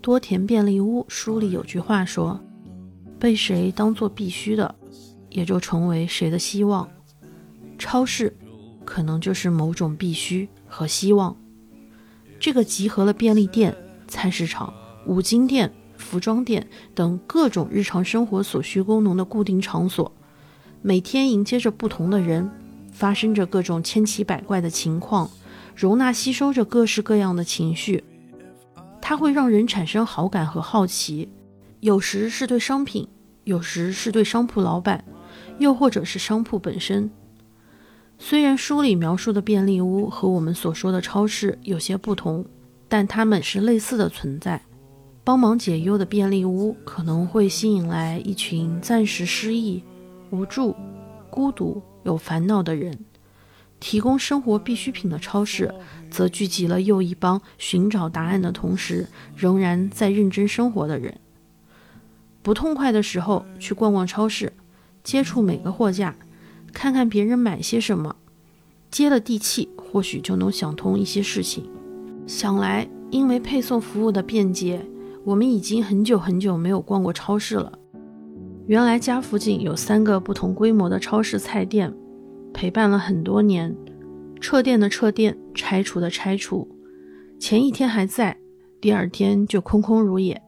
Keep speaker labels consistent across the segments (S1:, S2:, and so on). S1: 多田便利屋》书里有句话说：“被谁当做必须的，也就成为谁的希望。”超市可能就是某种必须和希望。这个集合了便利店、菜市场、五金店、服装店等各种日常生活所需功能的固定场所，每天迎接着不同的人，发生着各种千奇百怪的情况，容纳吸收着各式各样的情绪。它会让人产生好感和好奇，有时是对商品，有时是对商铺老板，又或者是商铺本身。虽然书里描述的便利屋和我们所说的超市有些不同，但它们是类似的存在。帮忙解忧的便利屋可能会吸引来一群暂时失意、无助、孤独、有烦恼的人；提供生活必需品的超市，则聚集了又一帮寻找答案的同时，仍然在认真生活的人。不痛快的时候，去逛逛超市，接触每个货架。看看别人买些什么，接了地气，或许就能想通一些事情。想来，因为配送服务的便捷，我们已经很久很久没有逛过超市了。原来家附近有三个不同规模的超市菜店，陪伴了很多年。撤店的撤店，拆除的拆除，前一天还在，第二天就空空如也。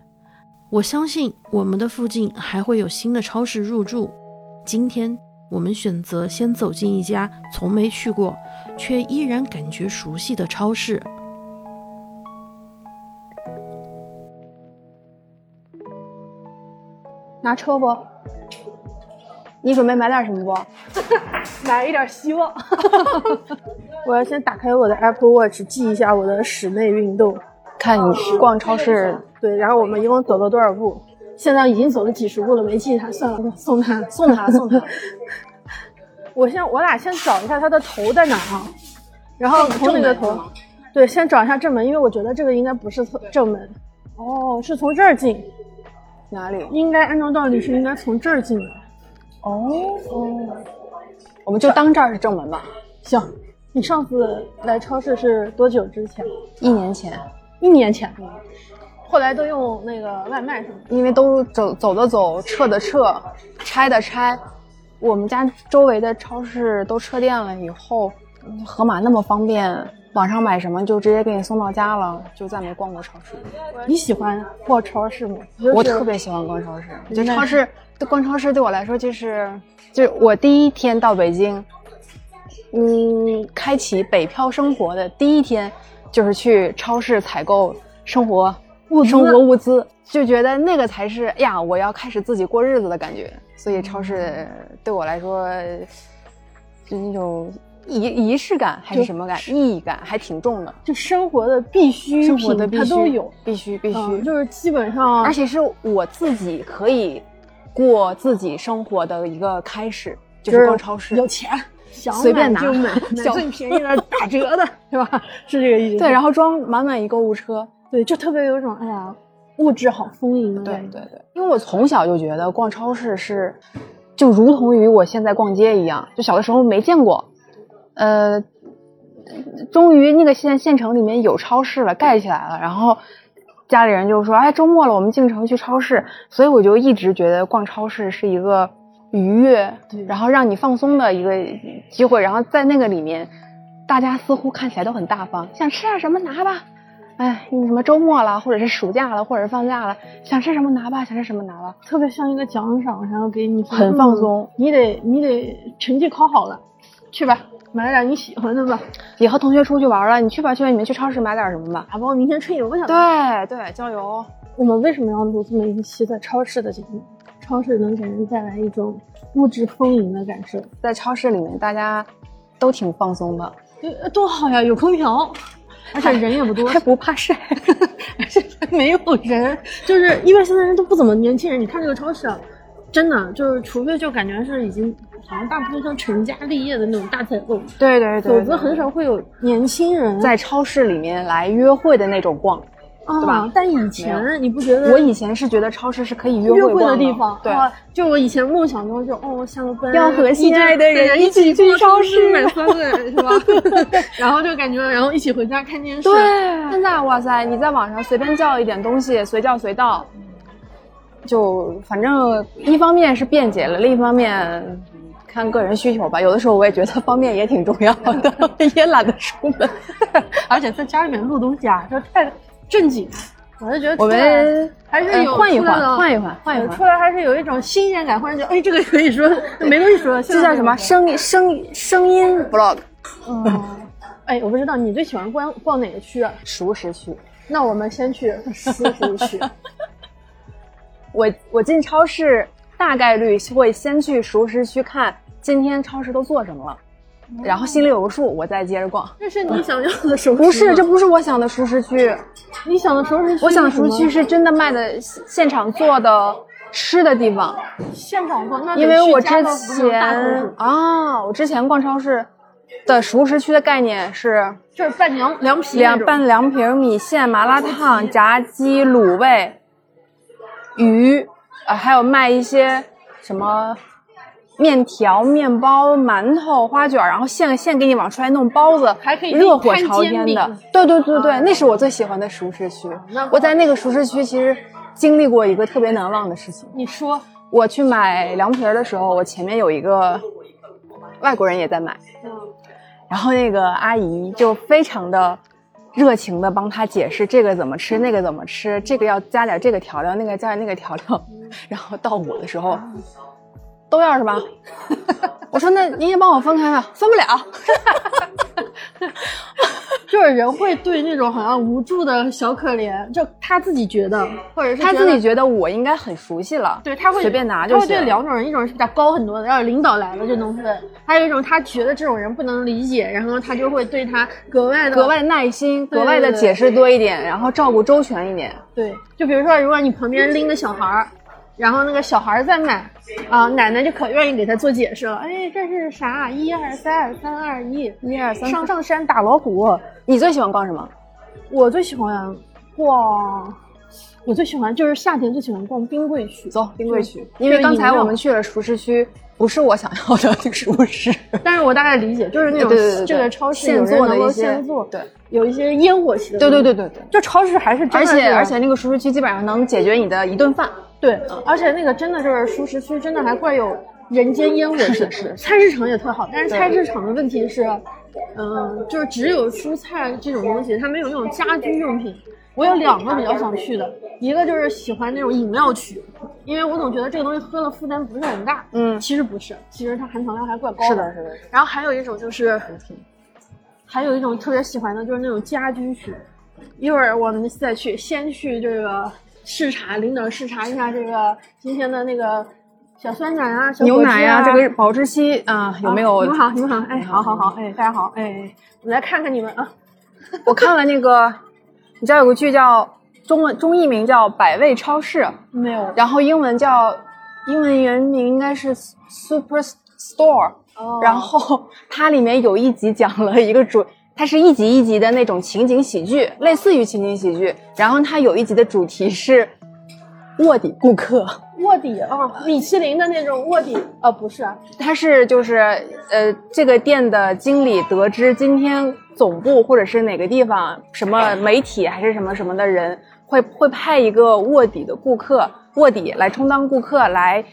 S1: 我相信我们的附近还会有新的超市入驻。今天。我们选择先走进一家从没去过，却依然感觉熟悉的超市。
S2: 拿车不？你准备买点什么
S3: 不？ 买一点希 望。
S2: 我要先打开我的 Apple Watch，记一下我的室内运动。啊
S4: 看你逛超市，
S2: 对，然后我们一共走了多少步？现在已经走了几十步了，没记他，算了，送他，送他，送他。 我先，我俩先找一下他的头在哪啊？然后从那个头，对，先找一下正门，因为我觉得这个应该不是正门。哦，是从这儿进。
S4: 哪里？
S2: 应该按照道理是应该从这儿进的。
S4: 哦哦，我们就当这儿是正门吧。
S2: 行，你上次来超市是多久之前？
S4: 一年前。
S2: 一年前。后来都用那个外卖什么的，
S4: 因为都走走的走，撤的撤，拆的拆。我们家周围的超市都撤店了以后，嗯盒马那么方便，网上买什么就直接给你送到家了，就再没逛过超市。
S2: 你喜欢逛超市吗？
S4: 就是、我特别喜欢逛超市，
S2: 嗯
S4: 我觉得超市对逛超市对我来说就是，就是我第一天到北京，嗯，开启北漂生活的第一天就是去超市采购生活。
S2: 物
S4: 生活物资，就觉得那个才是呀，我要开始自己过日子的感觉。所以超
S2: 嗯
S4: 市对我来说，就那种仪仪式感还是什么感，意义感还挺重的。
S2: 就生活的必需
S4: 生活的必
S2: 它都有，
S4: 必须必须、
S2: 嗯，就是基本上，
S4: 而且是我自己可以过自己生活的一个开始，就是逛超市，
S2: 有钱。想
S4: 随便拿
S2: 就买，买最便宜的打折的，对吧？是这个意思。
S4: 对，然后装满满一购物车，
S2: 对，就特别有一种哎呀，物质好丰盈的
S4: 对对对，嗯因为我从小就觉得逛超市是，就如同于我现在逛街一样，就小的时候没见过，呃，终于那个县县城里面有超市了，盖起来了，然后家里人就说，哎，周末了，我们进城去超市，所以我就一直觉得逛超市是一个。愉悦，然后让你放松的一个机会，然后在那个里面，大家似乎看起来都很大方，想吃点、啊、什么拿吧，哎，你什么周末了，或者是暑假了，或者是放假了，想吃什么拿吧，想吃什么拿吧，
S2: 特别像一个奖赏，然后给你
S4: 很放松，嗯、
S2: 你得你得成绩考好了，去吧，买点你喜欢的吧。
S4: 也和同学出去玩了，你去吧，去吧，你们去超市买点什么吧，
S2: 打包明天春游去。
S4: 对对，郊游。
S2: 我们为什么要录这么一期在超市的节目？超市能给人带来一种物质丰盈的感受，
S4: 在超市里面大家都挺放松的，
S2: 对，多好呀，有空调， 而且人也不 多，
S4: 还不怕 晒，
S2: 而且 没有人，就是因为现在人都不怎么年轻人。你看这个超市，啊，真的就是，除非就感觉是已经好像大部分像成家立业的那种大采购，
S4: 对对对,对对对，
S2: 否则很少会有年轻人
S4: 在超市里面来约会的那种逛。对吧
S2: 啊？但以前你不觉得
S4: 我以前是觉得超市是可以约
S2: 嗯约
S4: 会
S2: 会
S4: 逛
S2: 的地方，
S4: 对，
S2: 啊就我以前梦想中就哦，下了班
S4: 要和心爱的人
S2: 一起去超
S4: 市
S2: 买酸奶是吧？ 然后就感觉，然后一起回家看电视。
S4: 对，现在哇塞，你在网上随便叫一点东西，随叫随到，就反正一方面是便捷了，另一方面看个人需求吧。有的时候我也觉得方便也挺重要的，也懒得出 门。
S2: 而且在家里面录东西啊，就太正经了，我就觉得
S4: 我
S2: 出来
S4: 们
S2: 还是
S4: 呃
S2: 啊有
S4: 换一
S2: 出来
S4: 换，
S2: 了
S4: 换一换，换一
S2: 呃
S4: 换
S2: 出。来还是有一种新鲜感，或者就哎，这个可 以说没东西说，
S4: 这叫什么？声声声音 vlog
S2: 嗯，哎，我不知道你最喜欢逛逛哪个区啊？
S4: 熟食区。
S2: 那我们 先去熟食区。
S4: 我我进超市大概率会先去熟食区看今天超市都做什么了，然后心里有个数，我再接着逛。
S2: 这是你想要的熟食吗？
S4: 不是，这不是我想的熟食区。
S2: 你想的熟食区？
S4: 我想熟食区是真的卖的现现场做的吃的地方，
S2: 现场逛，那得
S4: 因为
S2: 去
S4: 我之
S2: 家乐福这种大城
S4: 前
S2: 市
S4: 啊，我之前逛超市的熟食区的概念是
S2: 就是拌凉凉皮那
S4: 两
S2: 种
S4: 拌凉皮儿、米线、麻辣烫、炸鸡、卤味、鱼，呃，还有卖一些什么面条、面包、馒头、花卷儿，然后现现给你往出来弄包子，
S2: 还可以
S4: 热火
S2: 摊
S4: 朝
S2: 煎
S4: 天
S2: 饼嗯哦
S4: 的。对对对对，那是我最喜欢的熟食区。我在那个熟食区其实经历过一个特别难忘的事情。
S2: 你说，
S4: 我去买凉皮儿的时候，我前面有一个外国人也在买，
S2: 嗯
S4: 然后那个阿姨就非常的热情的帮他解释这个怎么吃，那个怎么吃，这个要加点这个调料，那个加点那个调料，
S2: 嗯
S4: 然后到我的时候都要是吧？
S2: 嗯
S4: 我说那您也帮我分开吧，分不了。
S2: 就是人会对那种好像无助的小可怜，就他自己觉得，或者是
S4: 他
S2: 觉
S4: 自己
S2: 得。
S4: 觉得我应该很熟悉了，
S2: 对，他会
S4: 随便拿
S2: 他
S4: 就
S2: 会对
S4: 行。
S2: 两种人，一种是比较高很多的，要是领导来了就能分；还有一种他觉得这种人不能理解，然后他就会对他格外的
S4: 格外耐心，
S2: 对
S4: 格外的
S2: 对对
S4: 解释多一点，然后照顾周全一点。
S2: 对，就比如说，如果你旁边拎个小孩儿，然后那个小孩儿在买，啊、奶奶就可愿意给他做解释了。哎，这是啥？一二三二三二一，
S4: 一二三
S2: 上上山打老虎。
S4: 你最喜欢逛什么？
S2: 我最喜欢逛，我最喜欢就是夏天最喜欢逛冰柜区。
S4: 走冰柜区，因为
S2: 就是
S4: 刚才
S2: 饮料
S4: 我们去了熟食区，不是我想要的那个熟食。
S2: 但是我大概理解，就是那
S4: 对
S2: 种
S4: 对对对，
S2: 这个超市
S4: 现
S2: 有人
S4: 做的
S2: 能够
S4: 一些，
S2: 现做，
S4: 对
S2: 有一些烟火气的。
S4: 对对，对对对。
S2: 就超市还是
S4: 而
S2: 真的是
S4: 且而且那个熟食区基本上能解决你的一顿饭，
S2: 对，而且那个真的就是熟食区，真的还怪有人间烟火气。
S4: 是是
S2: 菜市场也特好，但是
S4: 对
S2: 菜市场的问题是，嗯、就是只有蔬菜这种东西，它没有那种家居用品。我有两个比较想去的，一个就是喜欢那种饮料区，因为我总觉得这个东西喝了负担不是很大。
S4: 嗯
S2: 其实不是，其实它含糖量还怪高
S4: 是的，
S2: 然后还有一种就是，还有一种特别喜欢的就是那种家居区。一会儿我们再去，先去这个视察，领导视察一下这个今天的那个小酸奶啊、小
S4: 牛
S2: 果汁
S4: 奶
S2: 啊
S4: 呀，这个保质期啊有没有嗯
S2: 啊你？们好，你们好，哎，
S4: 你
S2: 好
S4: 好
S2: 好好，哎，大家好，哎哎，我来看看你们啊，
S4: 我看了那个，你知道有个剧叫中文中译名叫《百味超市》，
S2: 没有
S4: 然后英文叫英文原名应该是 Super Store。
S2: 哦
S4: 然后它里面有一集讲了一个主，它是一集一集的那种情景喜剧，类似于情景喜剧。然后它有一集的主题是卧底顾客，
S2: 卧底啊，米其林的那种卧底，呃，不是啊，
S4: 它是就是呃这个店的经理得知今天总部或者是哪个地方什么媒体还是什么什么的人会会派一个卧底的顾客卧底来充当顾客来。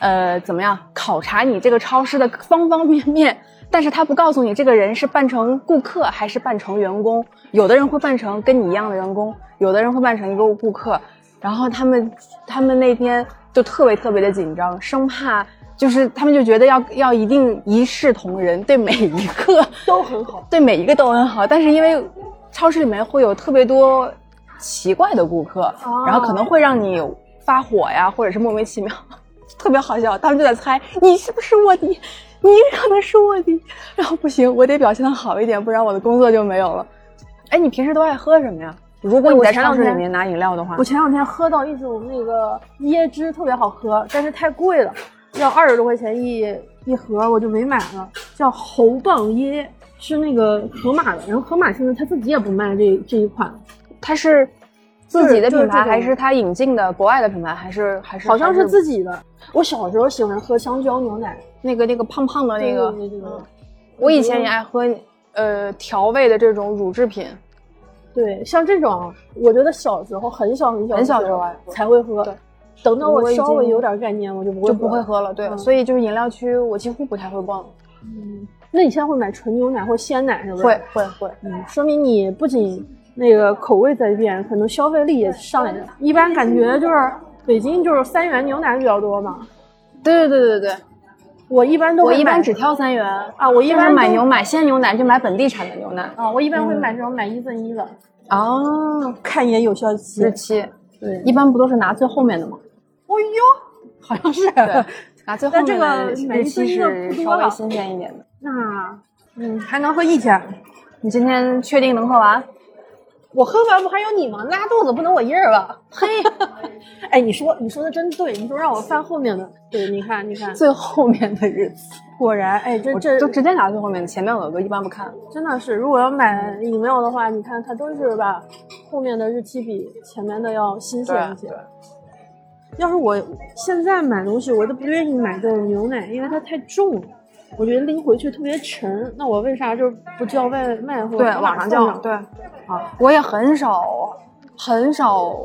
S4: 呃，怎么样考察你这个超市的方方面面？但是他不告诉你这个人是扮成顾客还是扮成员工。有的人会扮成跟你一样的员工，有的人会扮成一个顾客。然后他们他们那天就特别特别的紧张，生怕就是他们就觉得要要一定一视同仁，对每一个
S2: 都很好，
S4: 对每一个都很好，但是因为超市里面会有特别多奇怪的顾客，
S2: 哦
S4: 然后可能会让你发火呀，或者是莫名其妙， 特别好笑。他们就在猜你是不是卧底，你可能是卧底。然后不行，我得表现的好一点，不然我的工作就没有了。哎，你平时都爱喝什么呀？如
S2: 哎
S4: 果你在超市里面拿饮料的话
S2: 我，前两天喝到一种那个椰汁，特别好喝，但是太贵了，要二十多块钱一一盒，我就没买了。叫猴蚌椰，是那个盒马的，然后盒马现在他自己也不卖这这一款，
S4: 它是自己的
S2: 就是
S4: 品牌
S2: 这种
S4: 还是他引进的国外的品牌，还是还是
S2: 好像
S4: 还
S2: 是
S4: 是
S2: 自己的。我小时候喜欢喝香蕉牛奶，
S4: 那个那个胖胖的那个。嗯
S2: 对对对对
S4: 我以前也爱喝呃调味的这种乳制品，
S2: 对，像这种，我觉得小时候很小很小
S4: 很小
S2: 的
S4: 时候爱喝
S2: 才会喝
S4: 对。
S2: 等到
S4: 我
S2: 我
S4: 已
S2: 稍微
S4: 经
S2: 有点概念，我就不会
S4: 就不会
S2: 了。
S4: 喝了。对，
S2: 嗯
S4: 所以就是饮料区我几乎不太会逛。
S2: 那你现在会买纯牛奶或鲜奶是不是？
S4: 会，会会，
S2: 嗯，说明你不仅那个口味在变，可能消费力也上来了。一般感觉就是北京就是三元牛奶比较多嘛，
S4: 对对对对对，
S2: 我一般都
S4: 我
S2: 会
S4: 一般
S2: 买
S4: 只挑三元。
S2: 啊，我一
S4: 就是
S2: 般
S4: 买
S2: 都
S4: 牛买鲜牛奶，就买本地产的牛奶
S2: 啊，我一般会买这种买一赠一的，
S4: 哦，
S2: 看一眼有效期
S4: 日期
S2: 对，
S4: 一般不都是拿最后面的吗？
S2: 哦哟，好像是。
S4: 对，拿最后
S2: 但
S4: 面
S2: 这
S4: 的
S2: 个每
S4: 日
S2: 一次
S4: 期
S2: 一个
S4: 是
S2: 不
S4: 稍
S2: 多
S4: 微
S2: 了
S4: 新鲜一点的。
S2: 那嗯，还能喝一天。
S4: 你今天确定能喝完？
S2: 我喝完不还有你吗？拉肚子不能我一人吧？嘿， 哎，你说你说的真对，你说让我翻后面的，对，你看你看，
S4: 最后面的日子，
S2: 果然，哎，这
S4: 我
S2: 这
S4: 就直接拿最后面的，前面我都一般不看。
S2: 真的是，如果要买饮料的话，你看它真是吧，后面的日期比前面的要新鲜一些。
S4: 啊
S2: 要是我现在买东西，我都不愿意买这种牛奶，因为它太重了，我觉得拎回去特别沉。那我为啥就不叫外卖或者
S4: 对，
S2: 不
S4: 网上
S2: 叫
S4: 叫。对，啊，我也很少很少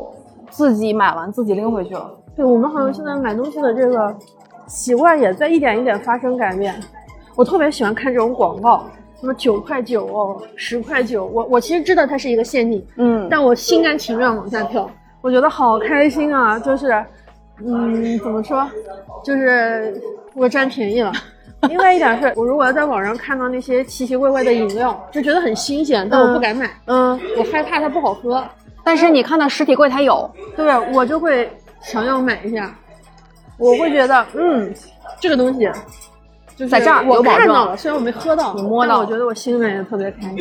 S4: 自己买完自己拎回去了。
S2: 对我们好像现在买东西的这个习惯也在一点一点发生改变。我特别喜欢看这种广告，什么九块九哦，十块九，我我其实知道它是一个陷阱，
S4: 嗯
S2: 但我心甘情愿往下跳，我觉得好开心啊！就是，嗯，怎么说，就是我占便 宜了。另外一点是我如果要在网上看到那些奇奇怪怪的饮料，就觉得很新鲜，但我不敢买，
S4: 嗯，
S2: 我害怕它不好喝，
S4: 但是你看到实体柜台有，
S2: 对我就会想要买一下。我会觉得，嗯，这个东西就是
S4: 在这儿
S2: 我
S4: 有保
S2: 看
S4: 证
S2: 到了，虽然我没喝到，
S4: 你摸
S2: 但
S4: 到
S2: 我觉得我心里面也特别开心。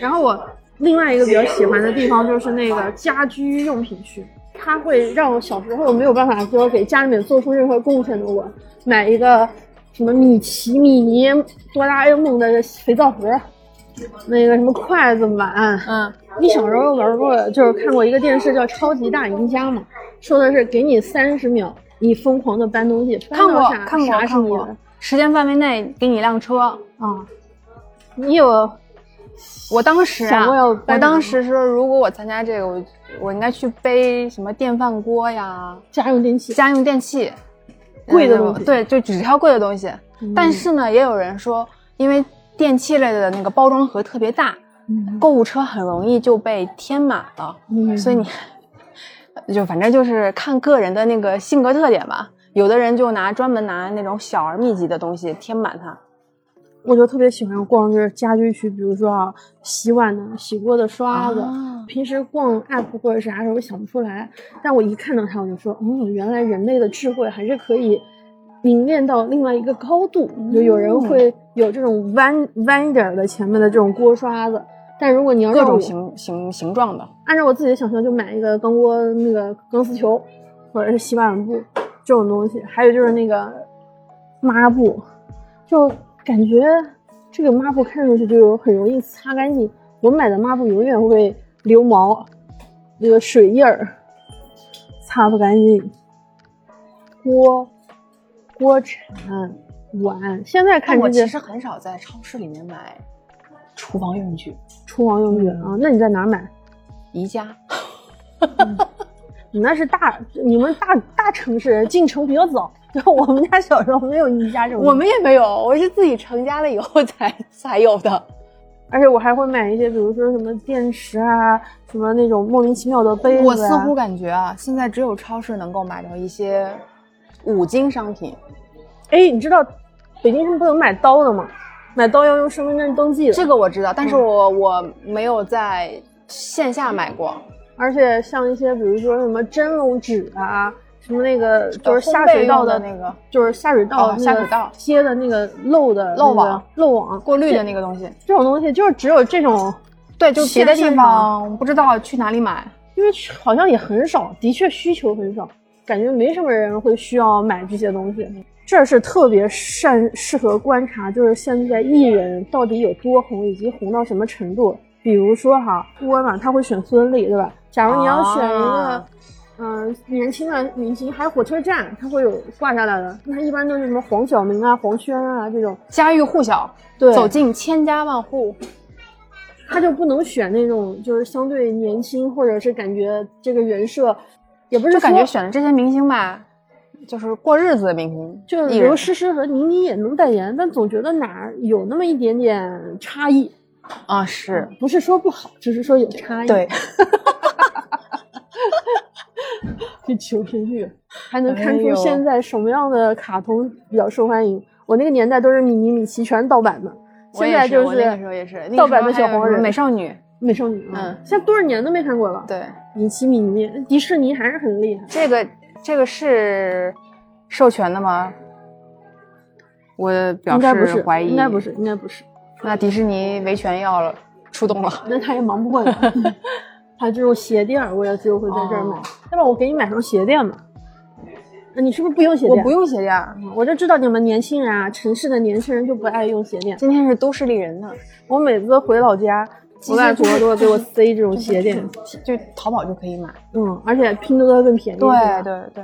S2: 然后我另外一个比较喜欢的地方就是那个家居用品区，它会让我小时候没有办法说给家里面做出任何贡献的我，买一个什么米奇、米妮、哆啦 A 梦的肥皂盒，那个什么筷子碗，
S4: 嗯，
S2: 你小时候玩过，就是看过一个电视叫《超级大赢家》嘛，说的是给你三十秒，你疯狂的搬东西，搬
S4: 看
S2: 到
S4: 过
S2: 啥
S4: 看过
S2: 啥是
S4: 看
S2: 你的
S4: 过，时间范围内给你一辆车。
S2: 啊。你有
S4: 我当时啊
S2: 想过要，
S4: 我
S2: 搬
S4: 当
S2: 吗
S4: 时说，如果我参加这个，我我应该去背什么电饭锅呀、
S2: 家用电器？
S4: 家用电器、
S2: 贵的
S4: 嗯
S2: 东西
S4: 对，就只挑贵的东西。
S2: 嗯
S4: 但是呢，也有人说，因为电器类的那个包装盒特别大，购物车很容易就被填满了，
S2: 嗯
S4: 所以你 就反正就是看个人的那个性格特点吧。有的人就拿专门拿那种小而密集的东西填满它，
S2: 我就特别喜欢逛这家居区，比如说啊，洗碗的、洗锅的刷子。
S4: 啊
S2: 平时逛 app 或者啥时候想不出来，但我一看到它，我就说，嗯，原来人类的智慧还是可以凝练到另外一个高度。就有人会有这种弯弯一点儿的前面的这种锅刷子，但如果你要
S4: 各
S2: 让我
S4: 种形形形状的。
S2: 按照我自己的想象，就买一个钢锅那个钢丝球，或者是洗碗布这种东西，还有就是那个抹布，就感觉这个抹布看上去就很容易擦干净。我买的抹布永远会流毛，那个水印儿擦不干净。锅、锅铲、碗，现在看
S4: 但我
S2: 这
S4: 其
S2: 些
S4: 实很少在超市里面买厨房用具，
S2: 厨房用具啊，那你在哪儿买？
S4: 宜家。
S2: 你那是大，你们大大城市进城比较早， 然后我们家小时候没有宜家这种。
S4: 我，们也没有，我是自己成家了以后才才有的。
S2: 而且我还会买一些，比如说什么电池啊，什么那种莫名其妙的杯子、啊。
S4: 我似乎感觉啊，现在只有超市能够买到一些五金商品，
S2: 哎，你知道北京是不能买刀的吗？买刀要用身份证登记的。
S4: 这个我知道，但是我、我没有在线下买过。
S2: 而且像一些比如说什么蒸笼纸啊，什么那个就
S4: 呃
S2: 是下水道
S4: 烘
S2: 的
S4: 焙用的那个
S2: 就是下水道、
S4: 哦下水道
S2: 接的那个漏的
S4: 嗯漏网
S2: 那个漏网
S4: 过滤的那个东西，
S2: 这种东西，就是只有这种。
S4: 对，就别的
S2: 线
S4: 地
S2: 上
S4: 方不知道去哪里买。
S2: 因为好像也很少，的确需求很少，感觉没什么人会需要买这些东西。这是特别善适合观察，就是现在艺人到底有多红，以及红到什么程度，比如说哈，沃尔玛他会选孙俪，对吧？假如你要选一个
S4: 啊，
S2: 嗯、年轻的明星，还有火车站，它会有挂下来的。那一般都是什么黄晓明啊、黄轩啊这种，
S4: 家喻户晓，
S2: 对
S4: 走进千家万户。
S2: 他就不能选那种就是相对年轻，或者是感觉这个人设，也不是
S4: 就感觉
S2: 说
S4: 选的这些明星吧，就是过日子的明星，
S2: 就
S4: 艺
S2: 比
S4: 人
S2: 如诗诗和倪妮也能代言，但总觉得哪儿有那么一点点差异，
S4: 啊，是
S2: 不是说不好，只是说有差异。
S4: 嗯 对，
S2: 这求生欲，还能看
S4: 哎
S2: 出
S4: 呦
S2: 现在什么样的卡通比较受欢迎。我那个年代都是米妮、米奇全盗版的，
S4: 我
S2: 现
S4: 也
S2: 在就是
S4: 我那个时候也是那个
S2: 盗
S4: 时
S2: 版
S4: 候还
S2: 的小
S4: 有
S2: 黄
S4: 什么
S2: 人、
S4: 美少女，
S2: 美少女，啊
S4: 嗯，
S2: 现在多少年都没看过了。，
S4: 对，
S2: 米奇、米妮，迪士尼还是很厉害。
S4: 这个这个是授权的吗？我表
S2: 应该不
S4: 示
S2: 是
S4: 怀，疑，
S2: 应该不。是，应该不是。
S4: 那迪士尼维权要出动了，
S2: 那他也忙不 过来，他这种鞋垫儿，我也只有会在这儿买
S4: 哦。
S2: 要不然我给你买双鞋垫吧？那你是不是不用鞋
S4: 我
S2: 垫？
S4: 不用鞋垫。
S2: 嗯，我就知道你们年轻人啊，城市的年轻人就不爱用鞋垫。
S4: 今天是都市丽人呢，
S2: 我每次回老家，我外婆都会给我塞这种鞋垫，
S4: 就淘宝就可以买。
S2: 嗯，而且拼多多更便宜。
S4: 对
S2: 吧，
S4: 对对，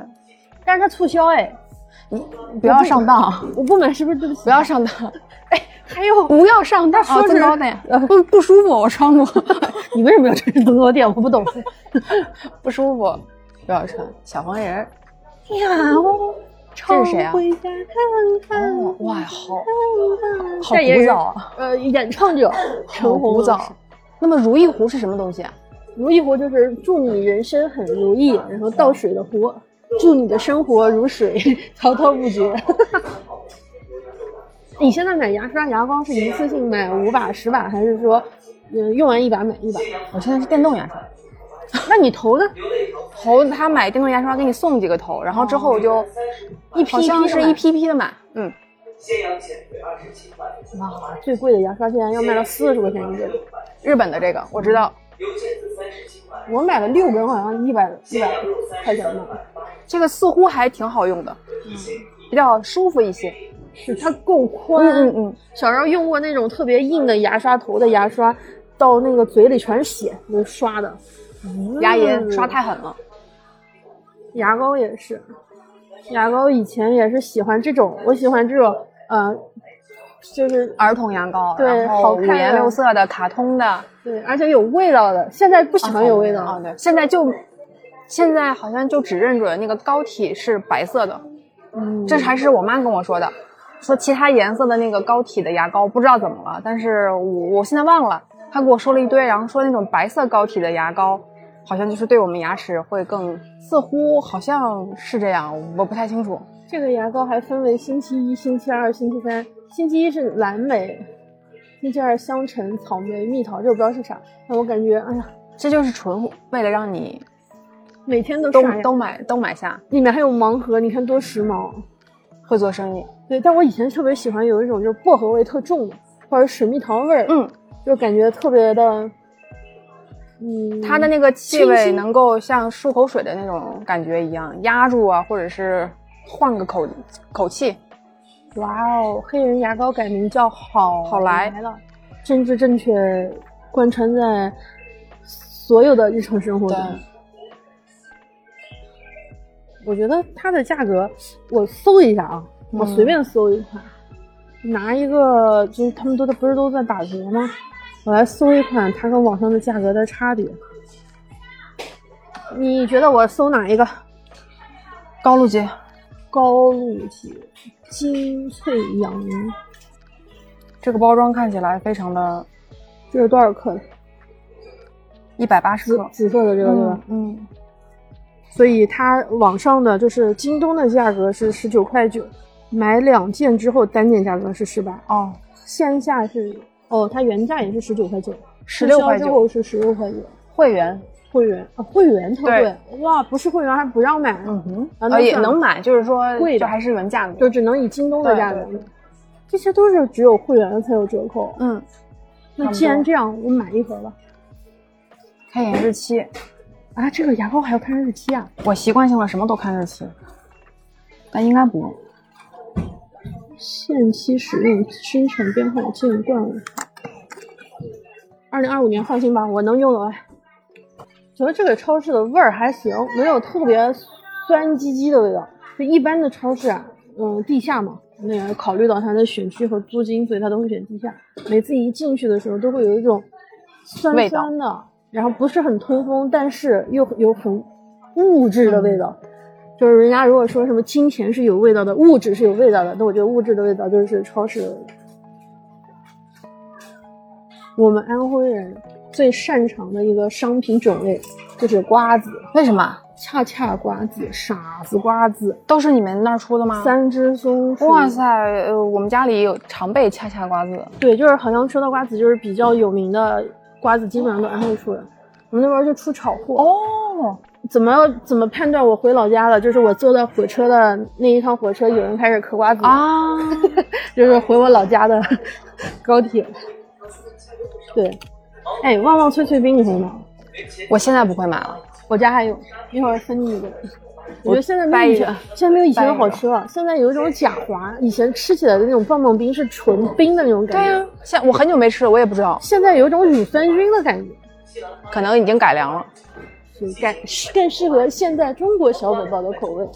S2: 但是它促销哎，
S4: 不要上当，
S2: 我不买是不是对不起？哎
S4: 不要上 当，
S2: 还有，
S4: 不要上当。
S2: 说
S4: 啊增
S2: 是
S4: 高垫呃不不舒服，我穿过，
S2: 你为什么要穿增高垫？我不 懂。
S4: 不舒服，不要穿。小黄人儿，
S2: 呀，我
S4: 这是谁啊
S2: 常回家看看。
S4: 哦，哇，好
S2: 看
S4: 好
S2: 代言
S4: 古
S2: 人
S4: 早啊，
S2: 呃，演唱者陈
S4: 好
S2: 红
S4: 古
S2: 老
S4: 早
S2: 师。
S4: 那么如意湖是什么东西啊？
S2: 如意湖就是祝你人生很如意，然后倒水的湖，祝你的生活如水，滔滔不绝。你现在买牙刷、牙膏是一次性买五把、十把，还是说，嗯，用完一把买一把？
S4: 我现在是电动牙刷，
S2: 那你头呢？
S4: 头他买电动牙刷给你送几个头，然后之后我就一批好像是一批批的买，嗯，
S2: 哇，最贵的牙刷竟然要卖到四十块钱一根，
S4: 日本的这个我知道，
S2: 我买了六根，好像一百一百块钱呢。
S4: 这个似乎还挺好用的，比较舒服一些，
S2: 是它够宽，
S4: 嗯嗯嗯，
S2: 小时候用过那种特别硬的牙刷头的牙刷，到那个嘴里全是血，能刷的。嗯
S4: 牙龈刷太狠了，
S2: 牙膏也是，牙膏以前也是喜欢这种，我喜欢这种，呃，就是
S4: 儿童牙膏，
S2: 对
S4: 然后
S2: 好
S4: 五
S2: 看的啊
S4: 颜六色的，卡通的，
S2: 对，而且有味道的。现在不喜欢有味道，
S4: 啊，对，现在就现在好像就只认准那个膏体是白色的，
S2: 嗯，
S4: 这还是我妈跟我说的，说其他颜色的那个膏体的牙膏不知道怎么了，但是我我现在忘了，她给我说了一堆，然后说那种白色膏体的牙膏，好像就是对我们牙齿会更，似乎好像是这样，我不太清楚。
S2: 这个牙膏还分为星期一、星期二、星期三。星期一是蓝莓，星期二香橙、草莓、蜜桃，这我不知道是啥。但我感觉，哎呀，
S4: 这就是纯为了让你
S2: 每天都
S4: 都
S2: 刷牙，
S4: 都买都买下，
S2: 里面还有盲盒，你看多时髦。啊
S4: 会做生意。
S2: 对，但我以前特别喜欢有一种就是薄荷味特重的，或者水蜜桃味儿，
S4: 嗯，
S2: 就感觉特别的，嗯，
S4: 它的那个气
S2: 清
S4: 味
S2: 新
S4: 能够像漱口水的那种感觉一样压住啊，或者是换个口口气。
S2: 哇哦，黑人牙膏改名叫好
S4: 好来
S2: 了，政治正确贯穿在所有的日常生活中。我觉得它的价格，我搜一下啊，我
S4: 嗯
S2: 随便搜一款，拿一个就是他们都不是都在打折吗？我来搜一款它跟网上的价格的差别。你觉得我搜哪一个？
S4: 高露洁，
S2: 高露洁金翠阳，
S4: 这个包装看起来非常的
S2: 这是多少克的？
S4: 一百八十
S2: 紫
S4: 克，
S2: 紫色的这个对吧？
S4: 嗯，
S2: 所以它网上的就是京东的价格是十九块九，买两件之后单件价格是十八，
S4: 哦，
S2: 线下是哦，它原价也是十九块九，
S4: 16块九
S2: 促销之后是十六块九。
S4: 会员，
S2: 会员啊，会员特贵哇！不是会员还不让买，
S4: 嗯哼，
S2: 啊
S4: 呃
S2: 那
S4: 也
S2: 算了
S4: 能买，就是说
S2: 贵的
S4: 就还是原价格，
S2: 就只能以京东的价格
S4: 对
S2: 买。这些都是只有会员才有折扣。
S4: 嗯，
S2: 那既然这样，我买一盒吧。
S4: 看一眼日期，
S2: 啊，这个牙膏还要看日期啊！
S4: 我习惯性的什么都看日期，但应该不用。
S2: 限期使用，生产编号见惯了。二零二五年放心吧，我能用得完。觉得这个超市的味儿还行，没有特别酸唧唧的味道。就一般的超市啊，嗯，地下嘛，那个考虑到它的选区和租金，所以它都会选地下。每次一进去的时候，都会有一种酸
S4: 味道
S2: 酸的，然后不是很通风，但是又有很物质的味道。就是人家如果说什么金钱是有味道的，物质是有味道的，那我觉得物质的味道就是超市的味道。我们安徽人最擅长的一个商品种类就是瓜子，
S4: 为什么？
S2: 恰恰瓜子、傻子瓜子、
S4: 都是你们那儿出的吗？
S2: 三只松树。
S4: 哇塞，呃，我们家里有常备恰恰瓜子，
S2: 对，就是好像说到瓜子，就是比较有名的瓜子，基本上都安徽出的。我们那边就出炒货。
S4: 哦，
S2: 怎么怎么判断我回老家了？就是我坐到火车的那一趟火车，有人开始嗑瓜子，
S4: 啊，
S2: 就是回我老家的高铁。对，哎，旺旺脆脆冰你会买吗？
S4: 我现在不会买了。
S2: 我家还有，一会儿分你一个。我觉得现在
S4: 掰
S2: 没有以
S4: 一个
S2: 前，现在没有以
S4: 掰
S2: 前
S4: 一
S2: 好
S4: 个
S2: 吃了。现在有一种假滑，以前吃起来的那种棒棒冰是纯冰的那种 感
S4: 对啊
S2: 觉，
S4: 呀、现我很久没吃了，我也不知道，
S2: 现在有一种乳酸菌的感觉，
S4: 可能已经改良了。
S2: 是感更适合现在中国小宝宝的口味。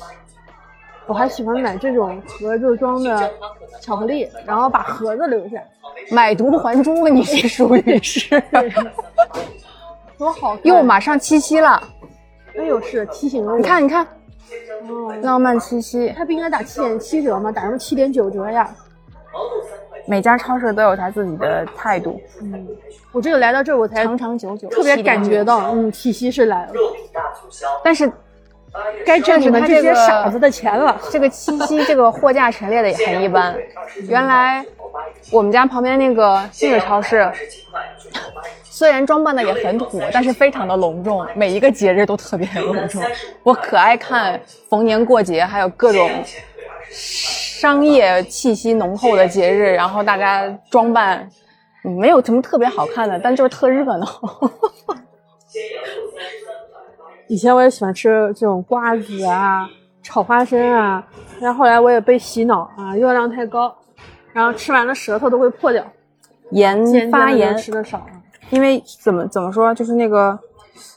S2: 我还喜欢买这种盒子装的巧克力，然后把盒子留下，
S4: 买椟还珠，你是 属于是
S2: 多好看！
S4: 哟，马上七夕了，
S2: 哎呦，是提醒了我。
S4: 你，看你看，
S2: 哦、
S4: 浪漫七夕，
S2: 它不应该打七点七折吗？打什么七点九折呀？
S4: 每家超市都有他自己的态度，
S2: 嗯我这个来到这儿，我才
S4: 长长久久，
S2: 特别感觉到，嗯，体系是来了。
S4: 但是
S2: 该挣你们这些傻子的钱了。
S4: 这个七夕这个货架陈列的也很一般。原来我们家旁边那个那个超市，虽然装扮的也很土，但是非常的隆重，每一个节日都特别隆重。我可爱看逢年过节，还有各种商业气息浓厚的节日，然后大家装扮没有什么特别好看的，但就是特热闹。
S2: 以前我也喜欢吃这种瓜子啊、炒花生啊，但后来我也被洗脑啊，热量太高，然后吃完了舌头都会破掉。
S4: 盐嗯发
S2: 渐渐地
S4: 炎
S2: 就吃的少了，
S4: 因为怎么怎么说，就是那个，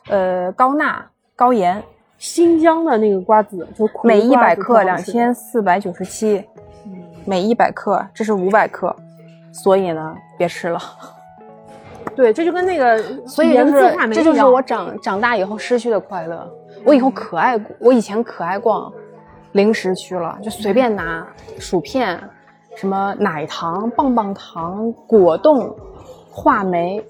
S4: 呃，高钠、高盐，
S2: 新疆的那个瓜子就苦瓜
S4: 每一百
S2: 子
S4: 克
S2: 不
S4: 两
S2: 好吃
S4: 千四百九十七，每一百克，这是五百克，所以呢，别吃了。
S2: 对，这就跟那个
S4: 所以就
S2: 盐渍
S4: 是
S2: 话梅
S4: 这就
S2: 一
S4: 是
S2: 样
S4: 我长长大以后失去的快乐。我以后可爱，我以前可爱逛零食区了，就随便拿薯片、什么奶糖、棒棒糖、果冻、话梅，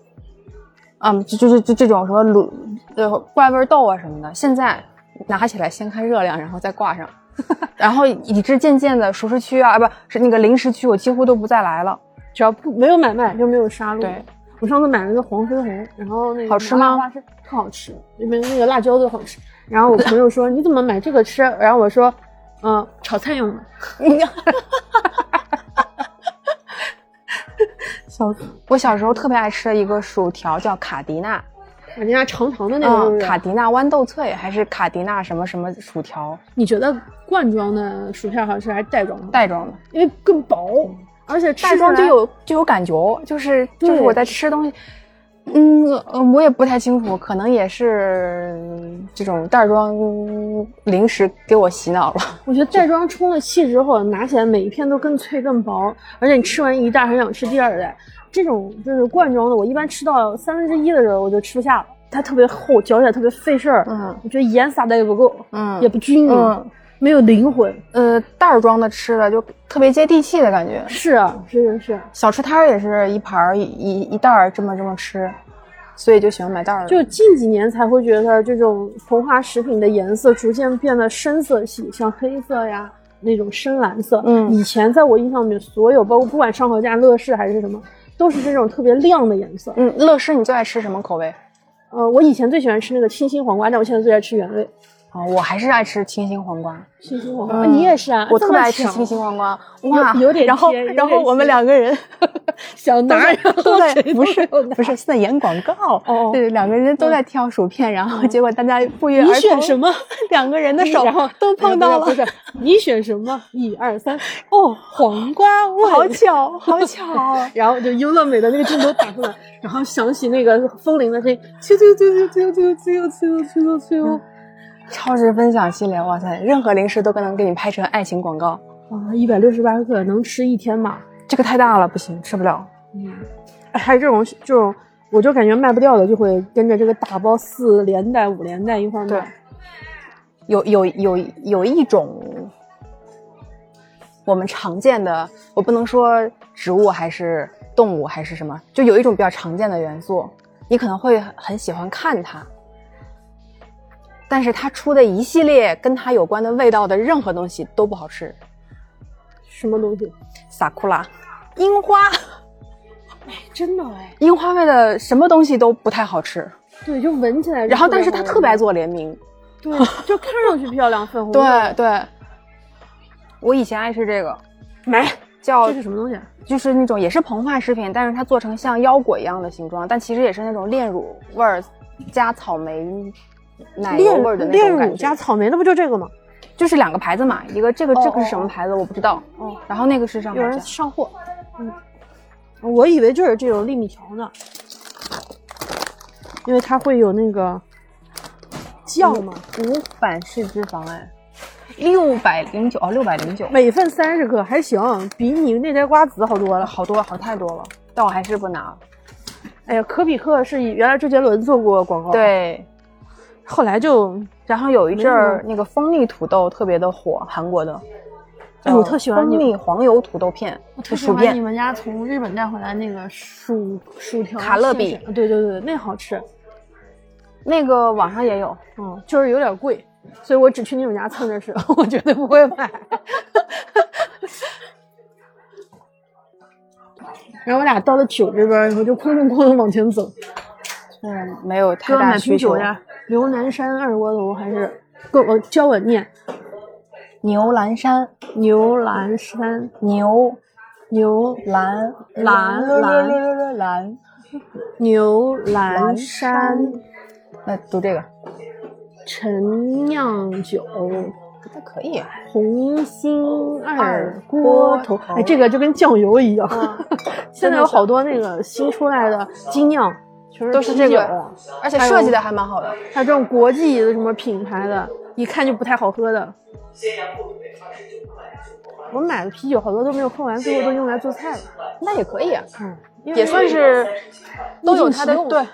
S4: 嗯，就就是就这种什么卤呃怪味豆啊什么的。现在拿起来先看热量，然后再挂上， 然后以致渐渐的熟食区啊，啊不是那个零食区，我几乎都不再来了。
S2: 只要不没有买卖就没有杀戮。
S4: 对，
S2: 我上次买了个黄飞鸿，然后那个
S4: 好吃
S2: 麻辣
S4: 吗
S2: 花生特好吃，里面那个辣椒都好吃。然后我朋友说你怎么买这个吃？然后我说，嗯、炒菜用的。笑死！
S4: 我小时候特别爱吃的一个薯条叫卡迪娜，
S2: 人家长长的那个、
S4: 嗯、卡，迪娜豌豆脆还是卡迪娜什么什么薯条
S2: 你觉得罐装的薯片好吃还是袋装的？
S4: 袋嗯装的，
S2: 因为更薄，而且吃
S4: 袋装
S2: 起
S4: 就
S2: 来
S4: 有就有感觉，哦就是
S2: 对
S4: 就是我在吃东西，嗯呃我也不太清楚，可能也是嗯这种袋装零食给我洗脑了。
S2: 我觉得袋装充了气之后，拿起来每一片都更脆更薄，而且你吃完一袋很想吃第二袋。这种就是罐装的，我一般吃到三分之一的时候我就吃不下了，它特别厚，嚼起来特别费事儿。
S4: 嗯
S2: 我觉得盐撒的也不够，
S4: 嗯
S2: 也不均匀，
S4: 嗯
S2: 没有灵魂。
S4: 呃袋装的吃的就特别接地气的感觉，
S2: 是啊，是是是，
S4: 小吃摊儿也是一盘儿一一一袋儿这么这么吃，所以就喜欢买袋儿的。
S2: 就近几年才会觉得这种膨化食品的颜色逐渐变得深色系，像黑色呀那种深蓝色。
S4: 嗯
S2: 以前在我印象里，所有包括不管上好佳、乐事还是什么，都是这种特别亮的颜色。
S4: 嗯，乐事你最爱吃什么口味？
S2: 呃，我以前最喜欢吃那个清新黄瓜，但我现在最爱吃原味。
S4: 啊、我还是爱吃清心黄瓜，
S5: 谢谢我。
S2: 你也是啊，
S4: 我
S2: 这
S4: 特别
S2: 么
S4: 爱吃
S2: 巧
S4: 清心黄瓜，哇，
S2: 有点
S4: 然后
S2: 贴有
S4: 然后
S2: 点
S4: 我们
S2: 贴
S4: 两个人
S2: 想拿呀，
S4: 都在
S2: 谁
S4: 不
S2: 都
S4: 是
S2: 没有拿
S4: 不是是在演广告，
S2: 哦
S4: 对，两个人都在挑薯片，然后结果大家不约而
S2: 你
S4: 同，
S2: 选什么？
S4: 两个人的
S2: 你
S4: 手
S2: 然后
S4: 都碰到了
S2: 不，是不是你选什么？一二三，哦，黄瓜，我。
S4: 好巧，好巧
S2: 然后就优乐美的那个镜头打出来，然后响起那个风铃的声音，啾啾啾啾啾啾啾啾啾啾啾，
S4: 超值分享系列，哇塞，任何零食都可能给你拍成爱情广告，
S2: 啊，一百六十八克能吃一天吗？
S4: 这个太大了，不行，吃不了。
S2: 哎还有这种这种，我就感觉卖不掉的，就会跟着这个大包四连带五连带一块儿
S4: 对
S2: 卖。
S4: 有有有有一种我们常见的，我不能说植物还是动物还是什么，就有一种比较常见的元素，你可能会很很喜欢看它，但是它出的一系列跟它有关的味道的任何东西都不好吃。
S2: 什么东西？
S4: 萨库拉，樱花，
S2: 真的哎，
S4: 樱花味的什么东西都不太好吃。
S2: 对，就闻起来。
S4: 然后，但是它特
S2: 嗯
S4: 别爱，做联名，
S2: 对，就看上去漂亮，粉红。
S4: 对对。我以前爱吃这个，
S2: 买
S4: 叫
S2: 这是什么东西啊？
S4: 就是那种也是膨化食品，但是它做成像腰果一样的形状，但其实也是那种炼乳味儿加草莓 奶油
S2: 炼
S4: 味儿的那
S2: 炼
S4: 种感
S2: 乳加
S4: 觉。
S2: 草莓，那不就这个吗？
S4: 就是两个牌子嘛，一个这个
S2: 哦
S4: 这个是什么牌子我不知道，
S2: 哦，
S4: 然后那个是上
S2: 有
S4: 海
S2: 人
S4: 的。
S2: 上货。嗯，我以为就是这种粒米条呢，因为它会有那
S4: 嗯
S2: 个酱嘛，
S4: 无反式脂肪哎，六百零九哦，六百零九，
S2: 每份三十克，还行，比你那袋瓜子好多了。
S4: 好多好太多了，但我还是不拿。
S2: 哎呀，可比克是以原来周杰伦做过广告，，
S4: 对，
S2: 后来就，
S4: 然后有一阵儿那个蜂蜜土豆特别的火，韩国的。
S2: 哎我特喜欢
S4: 蜂
S2: 那个
S4: 蜜黄油土豆片，
S5: 我特喜
S4: 薯
S5: 欢你
S4: 片，
S5: 们家从日本带回来那个薯薯条
S4: 卡乐比
S5: 馅馅
S2: 对对对，那好吃，
S4: 那个网上也有。
S2: 嗯，就是有点贵，所以我只去你们家蹭着吃， 我绝对不会买。 然后我俩到了酒这边以后，就哐哐哐地往前走，
S4: 嗯，没有太
S2: 哥
S4: 大
S2: 买
S4: 需
S2: 瓶
S4: 求
S2: 酒。呀，刘南山二锅头还是跟我教我念
S4: 牛栏山，
S2: 牛栏山哎
S4: 牛
S2: 牛
S4: 栏
S2: 栏
S4: 栏栏，
S2: 牛栏山
S4: 那读这个
S2: 陈酿酒，
S4: 还可以。啊
S2: 红星二锅头，哎，这个就跟酱油一样。
S4: 啊
S2: 现在有好多那个新出来的精酿，全是
S4: 都是
S2: 啤
S4: 这个
S2: 酒啊
S4: 而且设计的还蛮好的，
S2: 还有这种国际的什么品牌的，一看就不太好喝的。我买的啤酒好多都没有喝完，最后都用来做菜了。
S4: 那也可以啊，
S2: 嗯，因为
S4: 也算是都有它的
S2: 物尽其用
S4: 对。
S2: 嗯